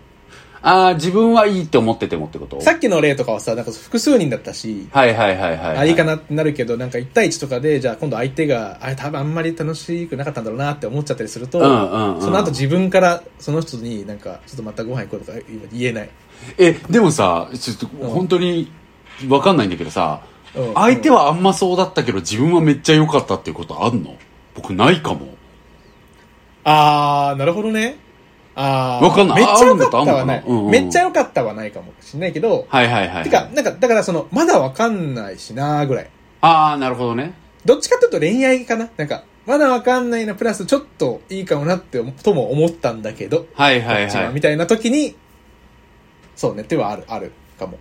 ああ自分はいいって思っててもってこと
さっきの例とかはさなんか複数人だったし、
はいはいはいはい、
あいいかなってなるけどなんか1対1とかでじゃあ今度相手があれ多分あんまり楽しくなかったんだろうなって思っちゃったりすると、
うんうんうん
その後自分からその人になんかちょっとまたご飯行こうとか言えない
えでもさちょっと本当にわかんないんだけどさ、
うん
相手はあんまそうだったけど自分はめっちゃ良かったっていうことあんの僕ないかも
あー、なるほどね。あー、
わかんない
めっちゃ良かったはな
ああるの
い。
かなうんうん
めっちゃ良かったはないかもしれないけど、
はいはいはい
てか、なんか、だからその、まだわかんないしなーぐらい。
ああなるほどね
どっちかというと恋愛かななんか、まだわかんないな、プラスちょっといいかもなって思、とも思ったんだけど、
はいはい
こっちは
は
みたいな時に、そうね、手はある、あるかも。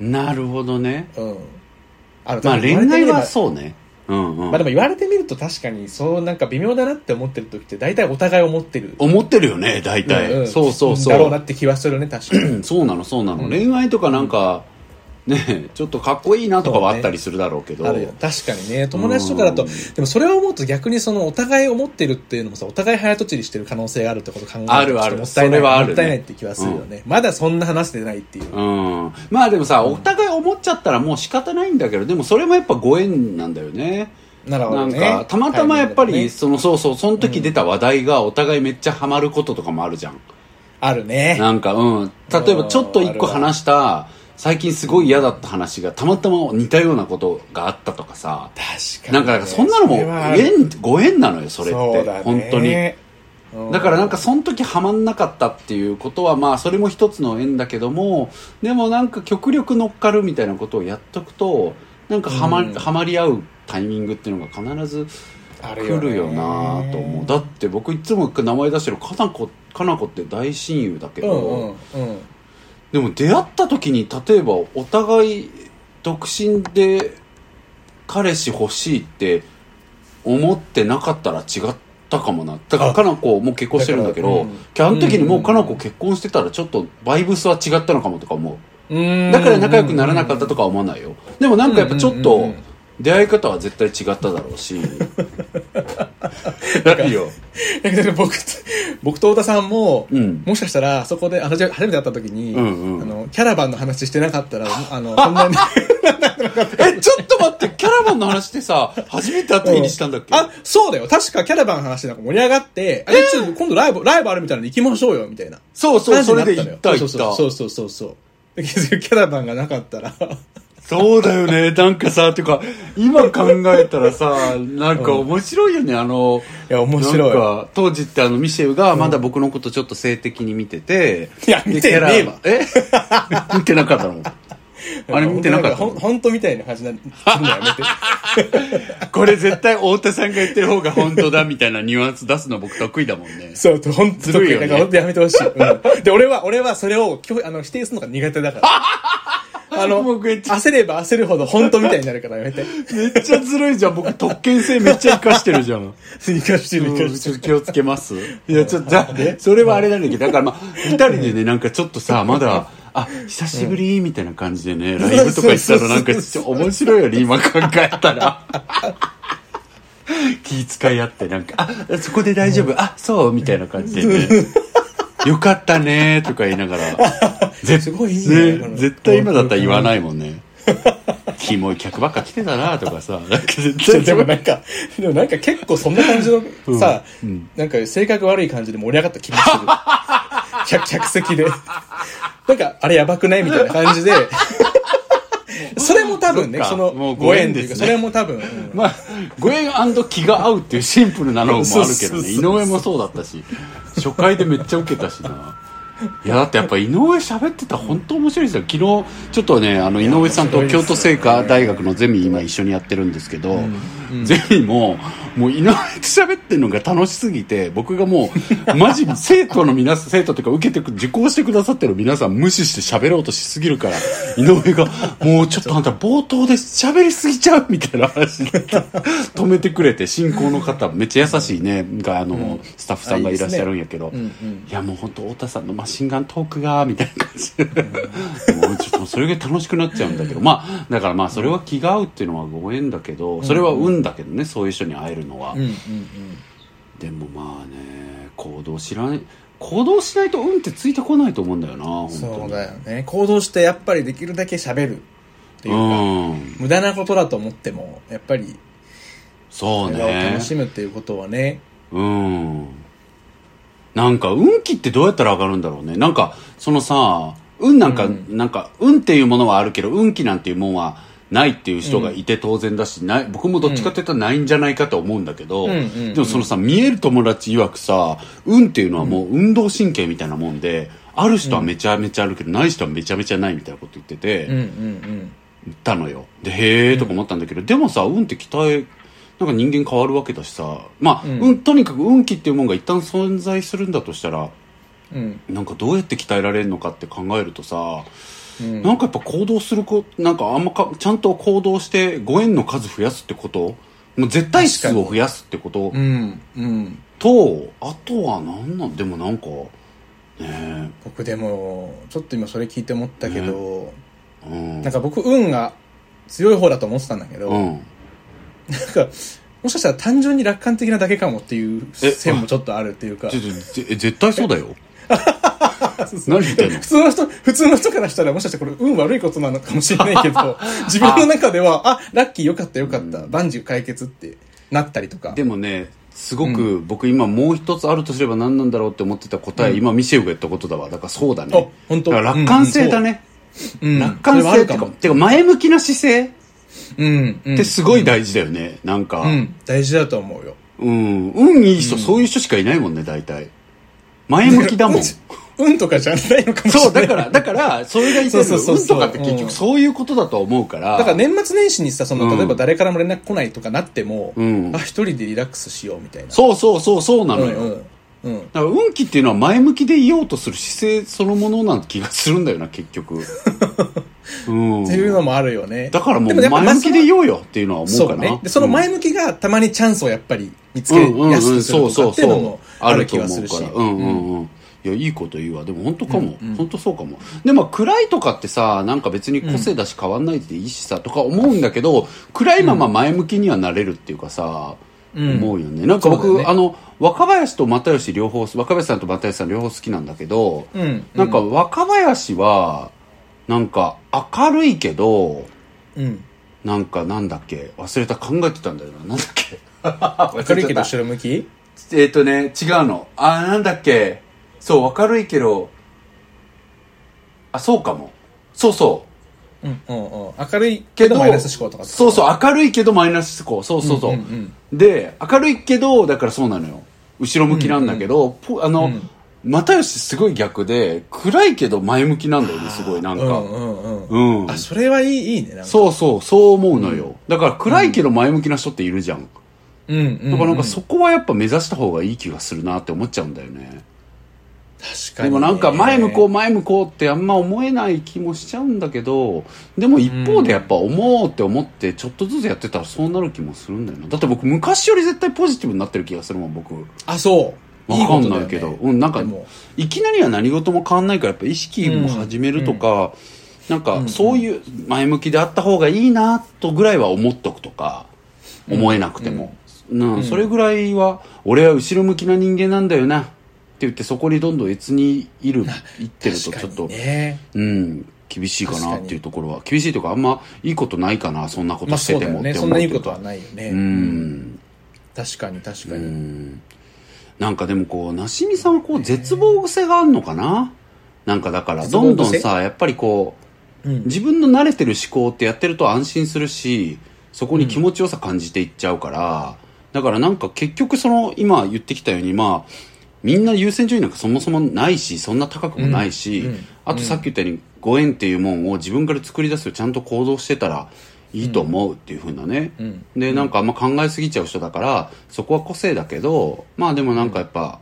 いなるほどね
うん。あの
まあ
多分言われ
恋
てみ
愛
れば
はそうねうんう
まあで
ん
も言われてみると確かに、そうなんか微妙だなって思ってる時って大体お互い思ってる。
思ってるよね大体、
んん
そうそうそう
だろうなって気はするね、確かに。
うんそうなのそうなの、恋愛とかなんか、ねちょっとかっこいいなとかはあったりするだろうけど
あるよ確かにね友達とかだと
うん
でもそれを思うと逆にそのお互い思ってるっていうのもさお互い早とちりしてる可能性があるってことを考えると
あるある
ちょっともったい
そ
ない
れはあるね
もったいないって気はするよね、まだそんな話してないっていう、
うん、まあでもさ、お互い思っちゃったらもう仕方ないんだけどでもそれもやっぱご縁なんだよね
なるほ
な
ど
ん
ね
かたまたまやっぱり、
タイミング
そのそうそうその時出た話題がお互いめっちゃハマることとかもあるじゃん、
あるね
なんかうん例えばちょっと一個
あるわ
話した最近すごい嫌だった話がたまたま似たようなことがあったとかさ
確か
なん
にね、
かなんかそんなのも
れはある
縁ご縁なのよそれっ
そう
て
だね
本当に
うん
だからなんかその時ハマんなかったっていうことはまあそれも一つの縁だけどもでもなんか極力乗っかるみたいなことをやっとくとなんかハマ,、
うん
ハマり合うタイミングっていうのが必ず
あ
来るよなと思うだって僕いつも名前出してるかなこかなこって大親友だけ
う
ど、
んうんうん
でも出会った時に例えばお互い独身で彼氏欲しいって思ってなかったら違ったかもなだから
あ
かなこもう結婚してるんだけ
だ
ど
からうん
キャンの時にもううんかなこ結婚してたらちょっとバイブスは違ったのかもとか思
うー
うんだから仲良くならなかったとかは思わないよでもなんかやっぱちょっ
うんうん
と
うん
出会い方は絶対違っただろう
(laughs)
しないよ
だけど (laughs) 僕と僕と太田さんも、
うん
もしかしたらそこであの初めて会った時に、
うんうん
あのキャラバンの話してなかったらあのそんな
(laughs)
に
えちょっと待ってキャラバンの話ってさ初めて会った日にしたんだっけ
あそうだよ確かキャラバンの話なんか盛り上がって、あれちょっと今度ライブライブあるみたいなんで行きましょうよみたいな
そうそうそれで
話に
行
な
った
の
行
よ
った
そうそうそうそうそうだけどキャラバンがなかったら
そうだよね。なんかさ、てか、今考えたら (laughs) さ、なんか面白いよね。あの、
いや面白
な
い
んか、当時ってあの、ミシェルがまだ僕のことちょっと性的に見てて。
いや
で
見てねえわ
キャラ (laughs) え見てなかったのあれ見てな
(laughs)
かったの
本当みたいな感じなんだよねって
これ絶対太田さんが言ってる方が本当だみたいなニュアンス出すの僕得意だもんね。
そう本
ず
当
るいよね
だから本当やめてほしい、うんで俺は俺はそれを拒否あの否定するのが苦手だから
(laughs)
あの
僕めっちゃ
焦れば焦るほど本当みたいになるからや
(laughs)
めて
(laughs) めっちゃずるいじゃん。僕特権性めっちゃ活かしてるじゃん。
生かしてる生か
うん
し
ち
て
ょ
る
っと気をつけます。いや、ちょっと、じゃあそれはあれなんだけど、だからまあ、二人でね、なんかちょっとさ、まだ、あ、久しぶりみたいな感じでね、ライブとか行ったらなんか、ちょっと面白いよね、今考えたら。気遣い合って、なんか、あ、そこで大丈夫、あ、そうみたいな感じでね。よかったねとか言いながら。ぜ
すごいいいね
ね絶対今だったら言わないもんね。キモい客ばっか来てたなとかさ、なんか絶対
でもなんか、でもなんか結構そんな感じのさ、なんか性格悪い感じで盛り上がった気もする。客客席で。なんか、あれやばくないみたいな
(laughs)
感じで。それも多分ね、
そっ
そ
か
の
もう
ご
ご
縁
縁
で
ですすね
か、それも多分。うん
まあ、ご縁気が合うっていうシンプルなのもあるけど
そうそうそう
ね
そ
井
う
上もそうだったし初回でめっちゃウケたしないやだってやっぱ井上喋ってたら本当面白いですよ昨日ちょっとねあの井上さんと京都精華大学のゼミ今一緒にやってるんですけど、ゼミももう井上と喋ってるのが楽しすぎて僕がもうマジ生徒の皆さん生徒というか受けてく受講してくださってる皆さん無視して喋ろうとしすぎるから井上が「もうちょっとあんた冒頭で喋りすぎちゃう」みたいな話になって止めてくれて進行の方めっちゃ優しいねがあの、スタッフさんがいらっしゃるんやけど。いやもう本当太田さんのマシンガントークがみたいな感じでもうちょっとそれが楽しくなっちゃうんだけどまあだからまあそれは気が合うっていうのはご縁だけどそれは運だけどねそういう人に会えるのは、
うんうん
でもまあね行動しない行動しないと運ってついてこないと思うんだよな本
う
当
ん。
に
そうだよね。行動してやっぱりできるだけ喋るっていうう
ん
か、無駄なことだと思っても、やっぱり、
そう
映画を
ね
楽しむっていうことはね、
うんなんか運気ってどうやったら上がるんだろうねなんかそのさ運なんか、なんか運っていうものはあるけど運気なんていうもんはないっていう人がいて当然だし、ない僕もどっちかって言ったらないんじゃないかと思うんだけど、
んうん
でもそのさ見える友達曰くさ運っていうのはもう運動神経みたいなもんである人はめちゃめちゃあるけど、ない人はめちゃめちゃないみたいなこと言ってて、
うんうんうん
言ったのよでへえとか思ったんだけど、でもさ運って鍛えなんか人間変わるわけだしさまあ、
うん
運とにかく運気っていうもんが一旦存在するんだとしたら
うん
なんかどうやって鍛えられるのかって考えるとさ、
うん
なんかやっぱ行動するこなんかあんまかちゃんと行動してご縁の数増やすってこともう絶対数を増やすってこと
うんうん
とあとはなんなんでもなんかね
僕でもちょっと今それ聞いて思ったけど、
えうん
なんか僕運が強い方だと思ってたんだけど、
うん
なんかもしかしたら単純に楽観的なだけかもっていう
え
線もちょっとあるっていうか
ちょっとぜ絶対そうだよ
(laughs) そう
何言ってんの
(laughs) 普通の人普通の人からしたらもしかしたらこれ運悪いことなのかもしれない
(laughs)
けど自分の中ではあラッキーよかったよかった、万事解決ってなったりとか
でもねすごく僕今もう一つあるとすれば何なんだろうって思ってた答え、
うん
今ミシェウが言ったことだわだからそうだ
あ
ね
本当
だから楽観性だね、
うん
楽観
それはあ
性っ
る
て
か
か
も
てか前向きな姿勢っ
うんうん
てすごい大事だよね、なんか、
うん大事だと思うよ
うん、運いい人、そういう人しかいないもんね大体前向きだも (laughs) んそ
運とかじゃないのかもしれないう
だからだからそれが言ってる
そうそうそう
運
そ
と
う
かって結
うん
局そういうことだと思うから、
だから年末年始にさ、その、
うん
例えば誰からも連絡来ないとかなっても、
うん
あ、一人でリラックスしようみたいな。
そうそうそうそうなのよ、
うんうん。うん。
だから運気っていうのは前向きでいようとする姿勢そのものな気がするんだよな結
(laughs)
局、うん、
っていうのもあるよね。
だからもう
でやっぱ
前向きでい
まあ
ようよっていうのは
そ
思
の
う
そ
か
う
な
ね。で、その前向きがたまにチャンスをやっぱり見つけやすくするとかっていうのもある気がするし。
あと思うからうんうんうんいやいいこと言うわでも本当かも、本当そうかもでも暗いとかってさなんか別に個性だし変わんないでいいしさ、とか思うんだけど暗いまま前向きにはなれるっていうかさ、
うん
思うよねなんか僕、
そうだよね
あの若林と又吉両方若林さんと又吉さん両方好きなんだけど、
うん。うん。
なんか若林はなんか明るいけど
うん。
なんかなんだっけ忘れた考えてたんだよななんだっけ
(laughs) 明るいけ
忘
ど
れちゃ
後ろ向き
ったえっ、とね違うのあーなんだっけそう明るいけどあそうかもそうそう
うんうんうん。明るい
け
け
ど
どマイナス思考とか。
そうそう明るいけどマイナス思考そうそうそう、
うんうん
で明るいけどだからそうなのよ後ろ向きなんだけど、ぽあの、
うん
又吉すごい逆で暗いけど前向きなんだよねすごいなん
う
か、
んうんうん。
うん
あ、それはいい、いいね。なんか
そうそう、そう思うのよ。だから暗いけど前向きな人っているじゃん。
うん。うんうん。
だからなんかそこはやっぱ目指した方がいい気がするなって思っちゃうんだよね。
確か
で
にね。
もなんか前向こう前向こうってあんま思えない気もしちゃうんだけど、でも一方でやっぱ思おうって思ってちょっとずつやってたらそうなる気もするんだよな。だって僕昔より絶対ポジティブになってる気がするもん、僕。
あ、そう。
わか
こと
ん
だ
な
よ
い
ね
けど。うん、なんか
でも、
いきなりは何事も変わんないから、やっぱ意識も始めるとか、なんかそういう前向きであった方がいいな、とぐらいは思っとくとか、思えなくても。うん、それぐらいは、俺は後ろ向きな人間なんだよな、って言ってそこにどんどん越にいる、いってるとちょっ
確か
と、
にね。
うん、厳しいかなっていうところは、厳しいというかあんまいいことないかな、そんなこと
まあ
して
そう
て
だ
も
よ
って思
ね。そ
うん
ないいことは
いう
ないよ
う
ね。
ん。
確かに確か
う
に。
んなんかでもこう梨見さんはこう絶望癖があるのかななんかだから
絶
ど
望癖
んどんさやっぱりこ
う。
うん自分の慣れてる思考ってやってると安心するしそこに気持ちよさ感じていっちゃうから、だからなんか結局その今言ってきたようにまあみんな優先順位なんかそもそもないしそんな高くもないし、
うんうん
あとさっき言ったようにご縁っていうもんを自分から作り出すとちゃんと行動してたらいいと思うっていう風なね、
うん。
でなんかあんま考えすぎちゃう人だからそこは個性だけどまあでもなんかやっぱ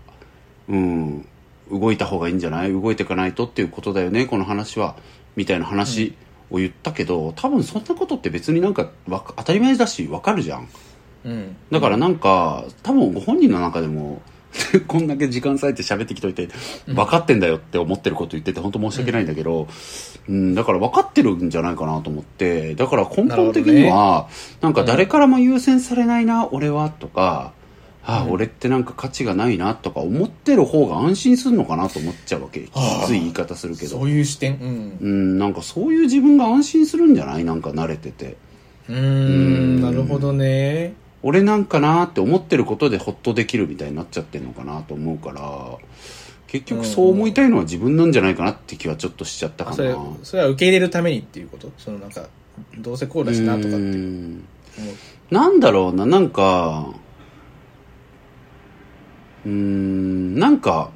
うん動いた方がいいんじゃない動いていかないとっていうことだよねこの話はみたいな話を言ったけど、多分そんなことって別になんかわか当たり前だしわかるじゃん
うん。
だからなんか多分ご本人の中でも (laughs) こんだけ時間割いて喋ってきといて分かってんだよって思ってること言ってて本当申し訳ないんだけど、うんだから分かってるんじゃないかなと思ってだから根本的にはなんか誰からも優先されないな、俺はとか、ああ俺ってなんか価値がないなとか思ってる方が安心するのかなと思っちゃうわけき
ああ
つい言い方するけ
そ
ど
ういう視点。うん。
うんなんかそういう自分が安心するんじゃないなんか慣れてて。
うーん。なるほどね。
俺なんかなーって思ってることでホッとできるみたいになっちゃってるのかなと思うから結局そう思いたいのは自分なんじゃないかなって気はちょっとしちゃったかな
それそれは受け入れるためにっていうことそのなんかどうせこうだしなとかって
う
思うん
なんだろうななんかうーんなんか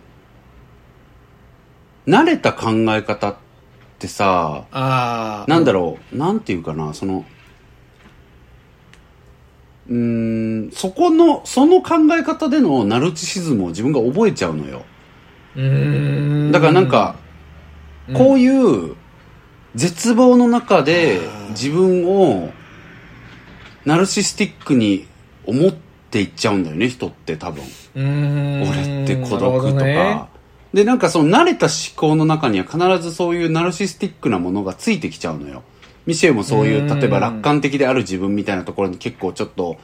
慣れた考え方ってさ
ああ
なんだ
ろ
ろう、なんていうかな、その、うーん、そこの、その考え方でのナルチシズムを自分が覚えちゃうのよ。
うーん
だからなんか、
うん
こういう絶望の中で
あー
自分をナルシスティックに思っていっちゃうんだよね、人って多分。
うーん
俺って孤独
なるほ
と
ど
か。
ね
で、なんかその慣れた思考の中には必ずそういうナルシスティックなものがついてきちゃうのよ。ミシェルもそういうう、
ーん
例えば楽観的である自分みたいなところに結構ちょっと、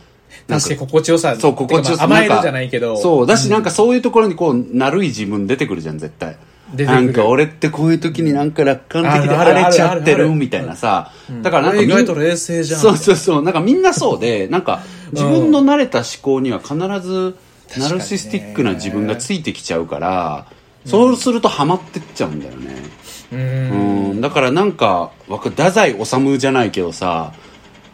なん
確
か
かに心地よさ
そう、心地よさ
てかまあ甘え
なん
る
か
じゃないけど
そう、だしなんかそういうところにこう、なるい自分出てくるじゃん、絶対。
出てくる
なんか俺ってこういう時になんか楽観的で
あるある
荒れちゃって
あるある
る
ある
みたいなさ。だからなんか
俺
み
意
ん
外と冷静じゃん
そうそうそう。なんかみんなそうで、なんか自分の慣れた思考には必ずナルシスティックな自分がついてきちゃうから、そうするとハマってっちゃうんだよね。
うー
うんん、だからなんか、わか太宰治じゃないけどさ、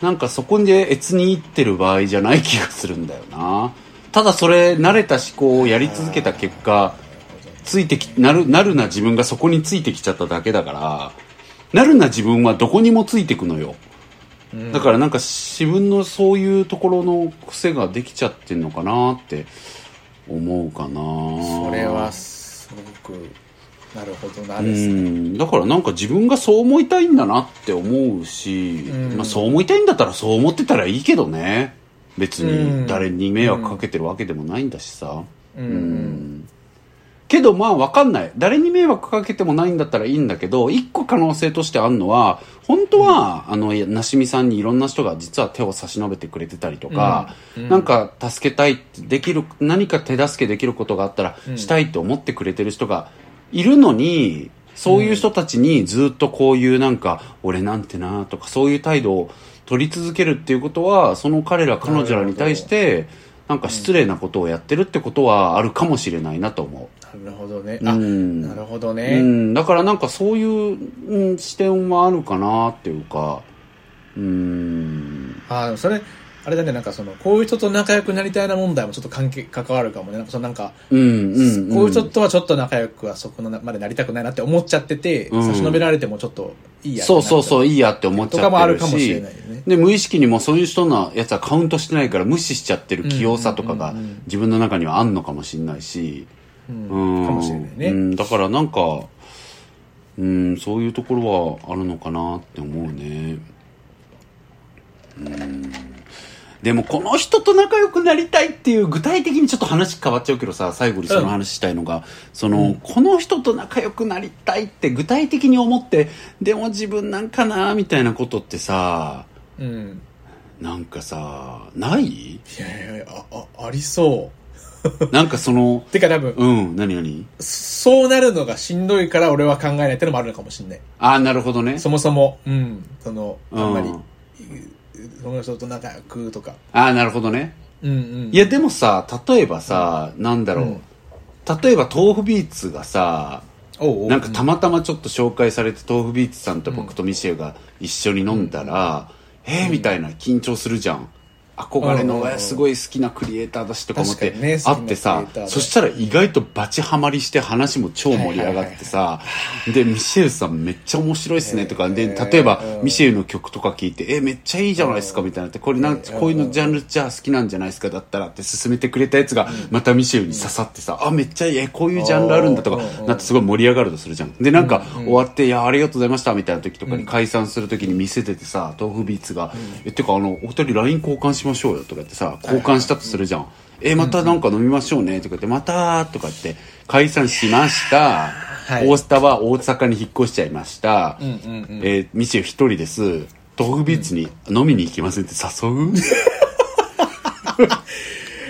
なんかそこで越にいってる場合じゃない気がするんだよな。ただそれ、慣れた思考をやり続けた結果、ついてき、なる、なるな自分がそこについてきちゃっただけだから、なるな自分はどこにもついてくのよ。だからなんか自分のそういうところの癖ができちゃってんのかなって思うかな。
それはすごくなるほどな
う
ですね
ん、だからなんか自分がそう思いたいんだなって思うし、
うん
まあ、そう思いたいんだったらそう思ってたらいいけどね別
うん
に誰に迷惑かけてるわけでもないんだしさ、
うん
けどまあわかんない誰に迷惑かけてもないんだったらいいんだけど一個可能性としてあるのは本当は、あのいやなしみさんにいろんな人が実は手を差し伸べてくれてたりとか、
うんうん
なんか助けたいってできる何か手助けできることがあったら
うん
したいと思ってくれてる人がいるのにそういう人たちにずっとこういうなんか、俺なんてなとかそういう態度を取り続けるっていうことはその彼ら彼女らに対してなんか失礼なことをやってるってことはあるかもしれないなと思
なるほどね
う。
あ
うん
なるほど
う
ね
ん、だからなんかそういう、うん、視点はあるかなっていうか、うん、
あでもそれあれだねなんかそのこういう人と仲良くなりたいな問題もちょっと関係関わるかもねなんかそのなんか
うん、うん、
こういう人とはちょっと仲良くはそこのなまでなりたくないなって思っちゃってて、
うん
差し伸べられてもちょっといいや
そうそうそうう、いいやって思っち
と
ゃ
かも
っ
あ
て
る
る
かもしれ
し
ない、よね
で、無意識にもそういう人のやつはカウントしてないから無視しちゃってる器用さとか
う
が
んうんうんうん
自分の中にはあんのかもしれないし、
うん
うん
かもしれないね、
うん、だからなんか、うん、そういうところはあるのかなって思うね。でもこの人と仲良くなりたいっていう具体的にちょっと話変わっちゃうけどさ最後にその話したいのが、その、この人と仲良くなりたいって具体的に思ってでも自分なんかなみたいなことってさ
うん
なんかさない
いやいやいやああありそ
なんかその
う (laughs) てか多分
うん何何
そうなるのがしんどいから俺は考えないってのもあるのかもしれない
ああなるほどね
そもそもうんその
うん
あんまり、その人と仲良くとか
ああなるほどね
うんうん
いやでもさ例えばさ、なんだろう、
うん
例えば豆腐ビーツがさ
おうおう
なんかたまたまちょっと紹介されて豆腐ビーツさんと僕とミシェルが一緒に飲んだら、えーみたいな緊張するじゃん憧れの
うん
親すごい好きなクリエイターだしとか思って
確かに
会っ
ね
て
好きなク
さ
リエイターで
そしたら意外とバチハマりして話も超盛り上がってさでミシェルさんめっちゃ面白いっすねとかで例えば
うん
ミシェルの曲とか聞いてえーめっちゃいいじゃないですかみたいなってこれなん
うん
こういうのジャンルじゃあ好きなんじゃないですかだったらって勧めてくれたやつがまたミシェルに刺さってさあめっちゃいいえこういうジャンルあるんだとか
うんうん
なってすごい盛り上がるとするじゃん。で、なんか、終わって、いや、ありがとうございました、みたいな時とかに解散する時に見せててさ、豆腐ビーツが、え、てか、あの、お二人 LINE 交換しましょうよ、とか言ってさ、交換したとするじゃん。え、またなんか飲みましょうね、とか言って、また、とか言って、解散しました。
い
大ースタは大阪に引っ越しちゃいました。
うんうんうん
えー、ミシェル一人です。豆腐ビーツに飲みに行きませんって誘う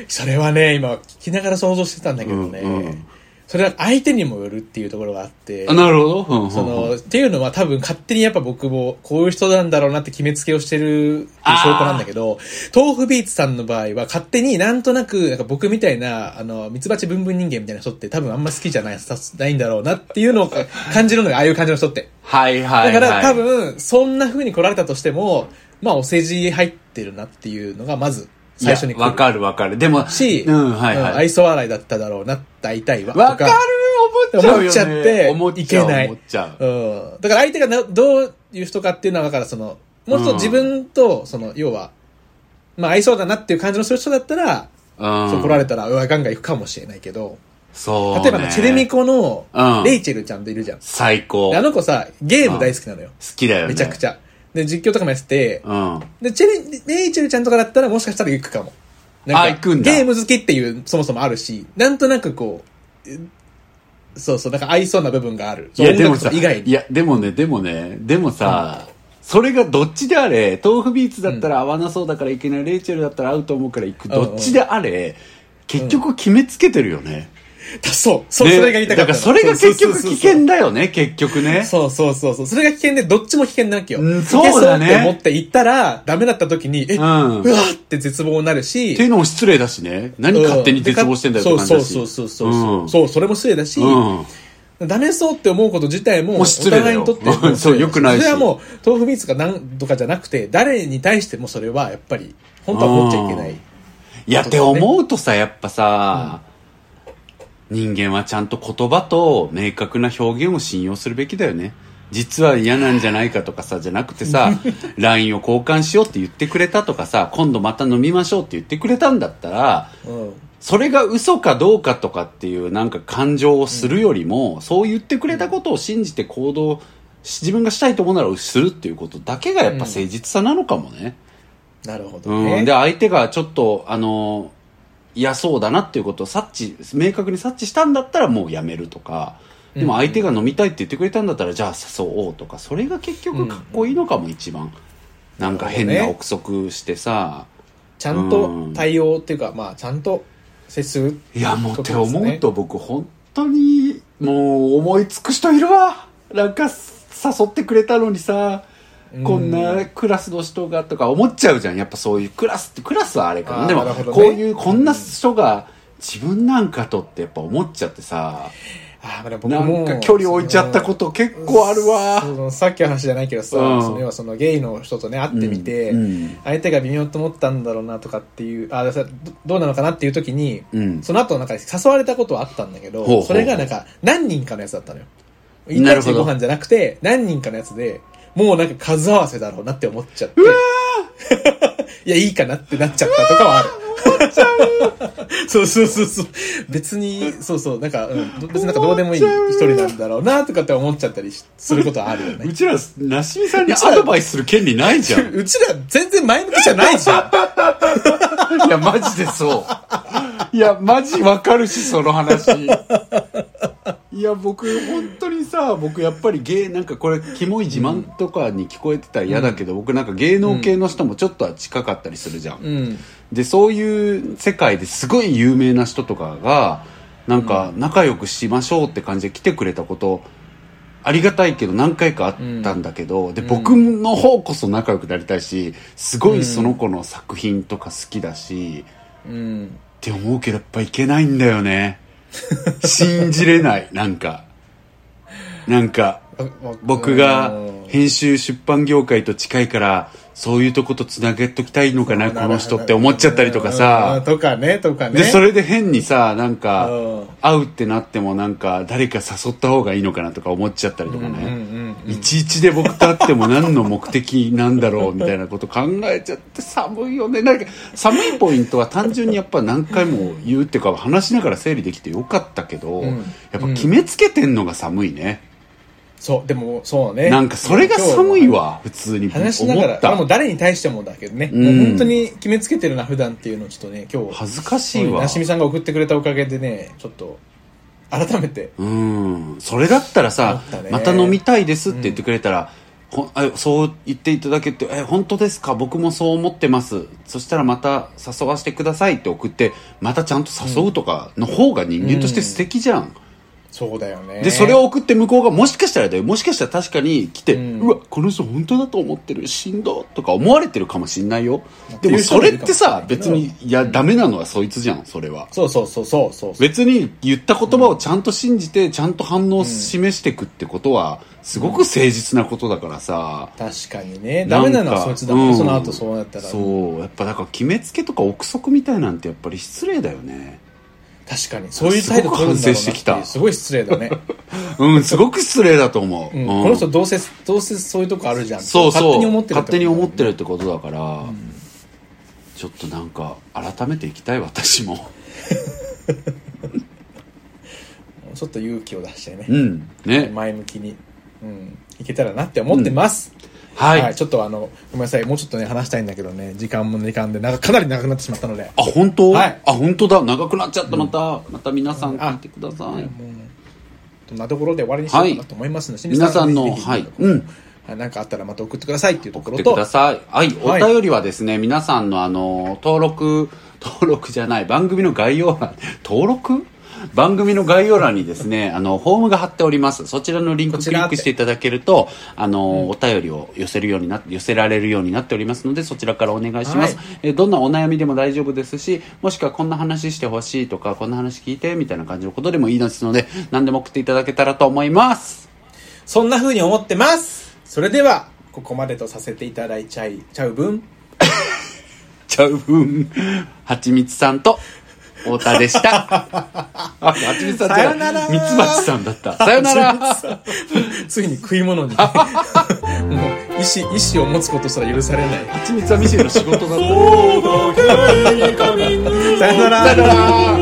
それはね今聞きながら想像してたんだけどね、
うんうん
それは相手にもよるっていうところがあって
あ、なるほど。うん
そ
うんうん
の、っていうのは多分勝手にやっぱ僕もこういう人なんだろうなって決めつけをしてるっていう
あー
証拠なんだけど、豆腐ビーツさんの場合は勝手になんとなく、なんか僕みたいな、あの、ミツバチブンブン人間みたいな人って多分あんま好きじゃない、さないんだろうなっていうのを感じるのがああいう感じの人って。
はいはいは
だ
い。
から多分、そんな風に来られたとしても、まあお世辞入ってるなっていうのがまず最初に
い
来
やわ
る
かるわかる。でも、
し、
うん、はい
うん
はい。
愛想笑いだっただろうな、大体は。
わかる思っちゃうよ、ね。
思っちゃって
思っちゃ
いうけない
思っちゃう。
うん。だから相手がなどういう人かっていうのは、だからその、もうちょっと自分と、その、要は、まあ合いそうだなっていう感じのする人だったら、
うん。
そう来られたら、うわ、ガンガン行くかもしれないけど、
そう、ね。
例えばね、チェルミコの
う、ん
レイチェルちゃんといるじゃん。
最高。
であ
好
の子さ、ゲーム大好きなのよ。
きだよね。
めちゃくちゃ。で、実況とかもやってて、
ゃ。うん。
で、チェル、レイチェルちゃんとかだったらもしかしたら行くかも。なんか
あ行くんだ
ゲーム好きっていう、そもそもあるし、なんとなくこうえ、そうそう、なんか合いそうな部分がある。
いや、でも
そう
さ、
音楽とか以外に
い。や、でもね、でもね、でもさ、それがどっちであれ、豆腐ビーツだったら合わなそうだからいけない、レイチェルだったら合うと思うから行く、
うんうん
どっちであれ、結局決めつけてるよね。
そう、そう、
ね
それが言いたかった
だ
の。
からそれが結局危険
だ。
だよね、結局ね。
そうそうそうそう。それが危険で、どっちも危険なわけよ。
うんそうだね
いけそうって思って行ったら、ダメだった時に、え、うわ
ん
ーって絶望になるし
ってい、うのも失礼だしね。何勝手に絶望してんだよっ
そ
て
う
感じ
そう
だし。
そうそうそう。
ん
そう、それも失礼だし、
うん。
ダメそうって思うこと自体も、
もう失礼だよ
お互いにとっても失礼だし
(laughs) そう良くないし
それはもう、豆腐ビーツが何とかじゃなくて、誰に対してもそれは、やっぱり、本当は思っちゃいけない。
いや、って思うとさ、やっぱさ、人間はちゃんと言葉と明確な表現を信用するべきだよね。実は嫌なんじゃないかとかさ、じゃなくてさ、LINE を交換しようって言ってくれたとかさ、今度また飲みましょうって言ってくれたんだったら、
うん。
それが嘘かどうかとかっていうなんか感情をするよりも、そう言ってくれたことを信じて行動し、自分がしたいと思うならするっていうことだけがやっぱ誠実さなのかもね。
なるほどね。
うん、で相手がちょっとあの嫌そうだなっていうことを察知明確に察知したんだったらもうやめるとかでも相手が飲みたいって言ってくれたんだったらじゃあ誘おうとかそれが結局かっこいいのかも一番、なんか変な憶測してさ、
ちゃんと対応っていうか、まあ、ちゃんと接する
いやもう
こ
って
とですね
思うと僕本当にもう思いつく人いるわなんか誘ってくれたのにさこんなクラスの人がとか思っちゃうじゃんやっぱそういうクラスってクラスはあれか
あー
なでも
なるほどね
こういうこんな人が自分なんかとってやっぱ思っちゃってさ
ああ、まだ僕
な
も。
んか距離置いちゃったこと結構ある
そ
わ
のさっきの話じゃないけどさ、
うん
その要はそのゲイの人とね、会ってみて、
うん
相手が微妙と思ったんだろうなとかっていう、あ、だからどどうなのかなっていう時に、
うん
その後なんか誘われたことはあったんだけ
ほ
ど、
うほう
それがなんか何人かのやつだったのよ。一
な
対
る
一
ほ
ご
ど
飯じゃなくて、何人かのやつで、もうなんか数合わせだろうなって思っちゃって。 (laughs) いや、いいかなってなっちゃったとかはある。 (laughs) そうそうそうそう。別に、そうそう、なんか、うん、別になんかどうでもいい一人なんだろうなとかって思っちゃったりしすることはあるよね
う。ちらなしみさんにアドバイスする権利ないじゃん
うちら全然前向きじゃないじゃん。
いや、マジでそう。いや、マジわかるし、その話。いや、僕、本当にさ、僕、やっぱり芸、なんかこれ、キモい自慢とかに聞こえてたら嫌だけど、僕、なんか芸能系の人もちょっとは近かったりするじゃん。
うん。
で、そういう世界ですごい有名な人とかが、なんか、仲良くしましょうって感じで来てくれたこと、ありがたいけど何回かあったんだけど、で、僕の方こそ仲良くなりたいし、すごいその子の作品とか好きだし、
うん。
って思うけどやっぱいけないんだよね信じれないなんかなんか僕が編集出版業界と近いからそういうとことつなげときたいのかなこの人って思っちゃったりとか
うんうん
さ
とかね、とかね。
でそれで変にさなんか
うん
会うってなってもなんか誰か誘った方がいいのかなとか思っちゃったりとか
うんうん
ね
うん
いちいちで僕と会っても何の目的なんだろうみたいなこと考えちゃって寒いよねなんか寒いポイントは単純にやっぱ何回も言うっていうか話しながら整理できてよかったけど、
ん
やっぱ決めつけてんのが寒いね、
そう、でも、そうね。
なんかそれが寒い。わ普通に
話しなが
思
ら、
っ
これ
た
もう誰に対してもだけどね。
うん
もう本当に決めつけてるな、普段っていうのをちょっとね、今日。
恥ずかしいわ
なしみさんが送ってくれたおかげでね、ちょっと、改めて。
うんそれだったらさ
思ったね
また飲みたいですって言ってくれたら、ほんあそう言っていただけて「え本当ですか僕もそう思ってますそしたらまた誘わせてください」って送ってまたちゃんと誘うとかの方が人間として素敵じゃん、
そうだよね
で、それを送って向こうが、もしかしたらだよ、もしかしたら確かに来て、
う
うんわ、この人本当だと思ってる、しんど、とか思われてるかもしんないよ。で
ってい
も
う人
そ
もい
れ
る
っ
かも
て
しれない
さ、別に、いや、ダメなのはそいつじゃん、それは。
そうそうそうそうそうそう
別に言った言葉をちゃんと信じて、ちゃんと反応を示していくってことは、すごく誠実なことだからさ。
確かにねダメなのは
んか
そいつだもん、
うん
その後そうなったら
そうやっぱだから決めつけとか憶測みたいなんてやっぱり失礼だよね
確かにそういう態度取るんだろ
すごく反省
うなって
してきた
すごい失
(laughs)
礼だね、
うんすごく失礼だと思う、
うん、
うん
この人どうせどうせそういうとこあるじゃん
そうそう
勝手に思ってる
勝手に思ってる
る
ってことだから、ちょっとなんか改めていきたい私も
ちょっと勇気を出してね
うんね
前向きに、うん、いけたらなって思ってます、
はい、
ちょっとあのごめんなさいもうちょっとね話したいんだけどね時間も時間でなかなり長くなってしまったので
あ本当、
はい
あ本当だ長くなっちゃったまた、また皆さん聞いてください、
そんなところで終わりにしようかなと思いますので、
皆さん
ぜ
の
ひぜひ
はいうん
はいなんかあったらまた送ってくださいっていうと
送
こ
っ
ろ
て
と
ください。はい、
はい
お便りはですね、皆さんのあの、登録、登録じゃない、番組の概要欄、 (laughs) 登録番組の概要欄にです
(laughs)
ね、あの、ホームが貼っております。そちらのリンク
こ
ク
ち
リ
らっ
ッ
て
クしていただけると、あの、お便りを寄せるようにな、寄せられるようになっておりますので、そちらからお願いします。
はい
えーどんなお悩みでも大丈夫ですし、もしくはこんな話してほしいとか、こんな話聞いて、みたいな感じのことでもいいですので、何でも送っていただけたらと思います。
そんな風に思ってますそれではここまでとさせていただいちゃいちゃう分
ちゃうふん。はちみつさんと、太田でした。あ、 (laughs) はちみつさんじゃ
さよな
な
ら
い。みつばちさんだった。さよなら。
(laughs) ついに食い物に、ね、もう意志意志を持つことすら許されない
はちみつはミシェルの仕事だった。
そうだけにカミングアウト
さよなら
さよなら。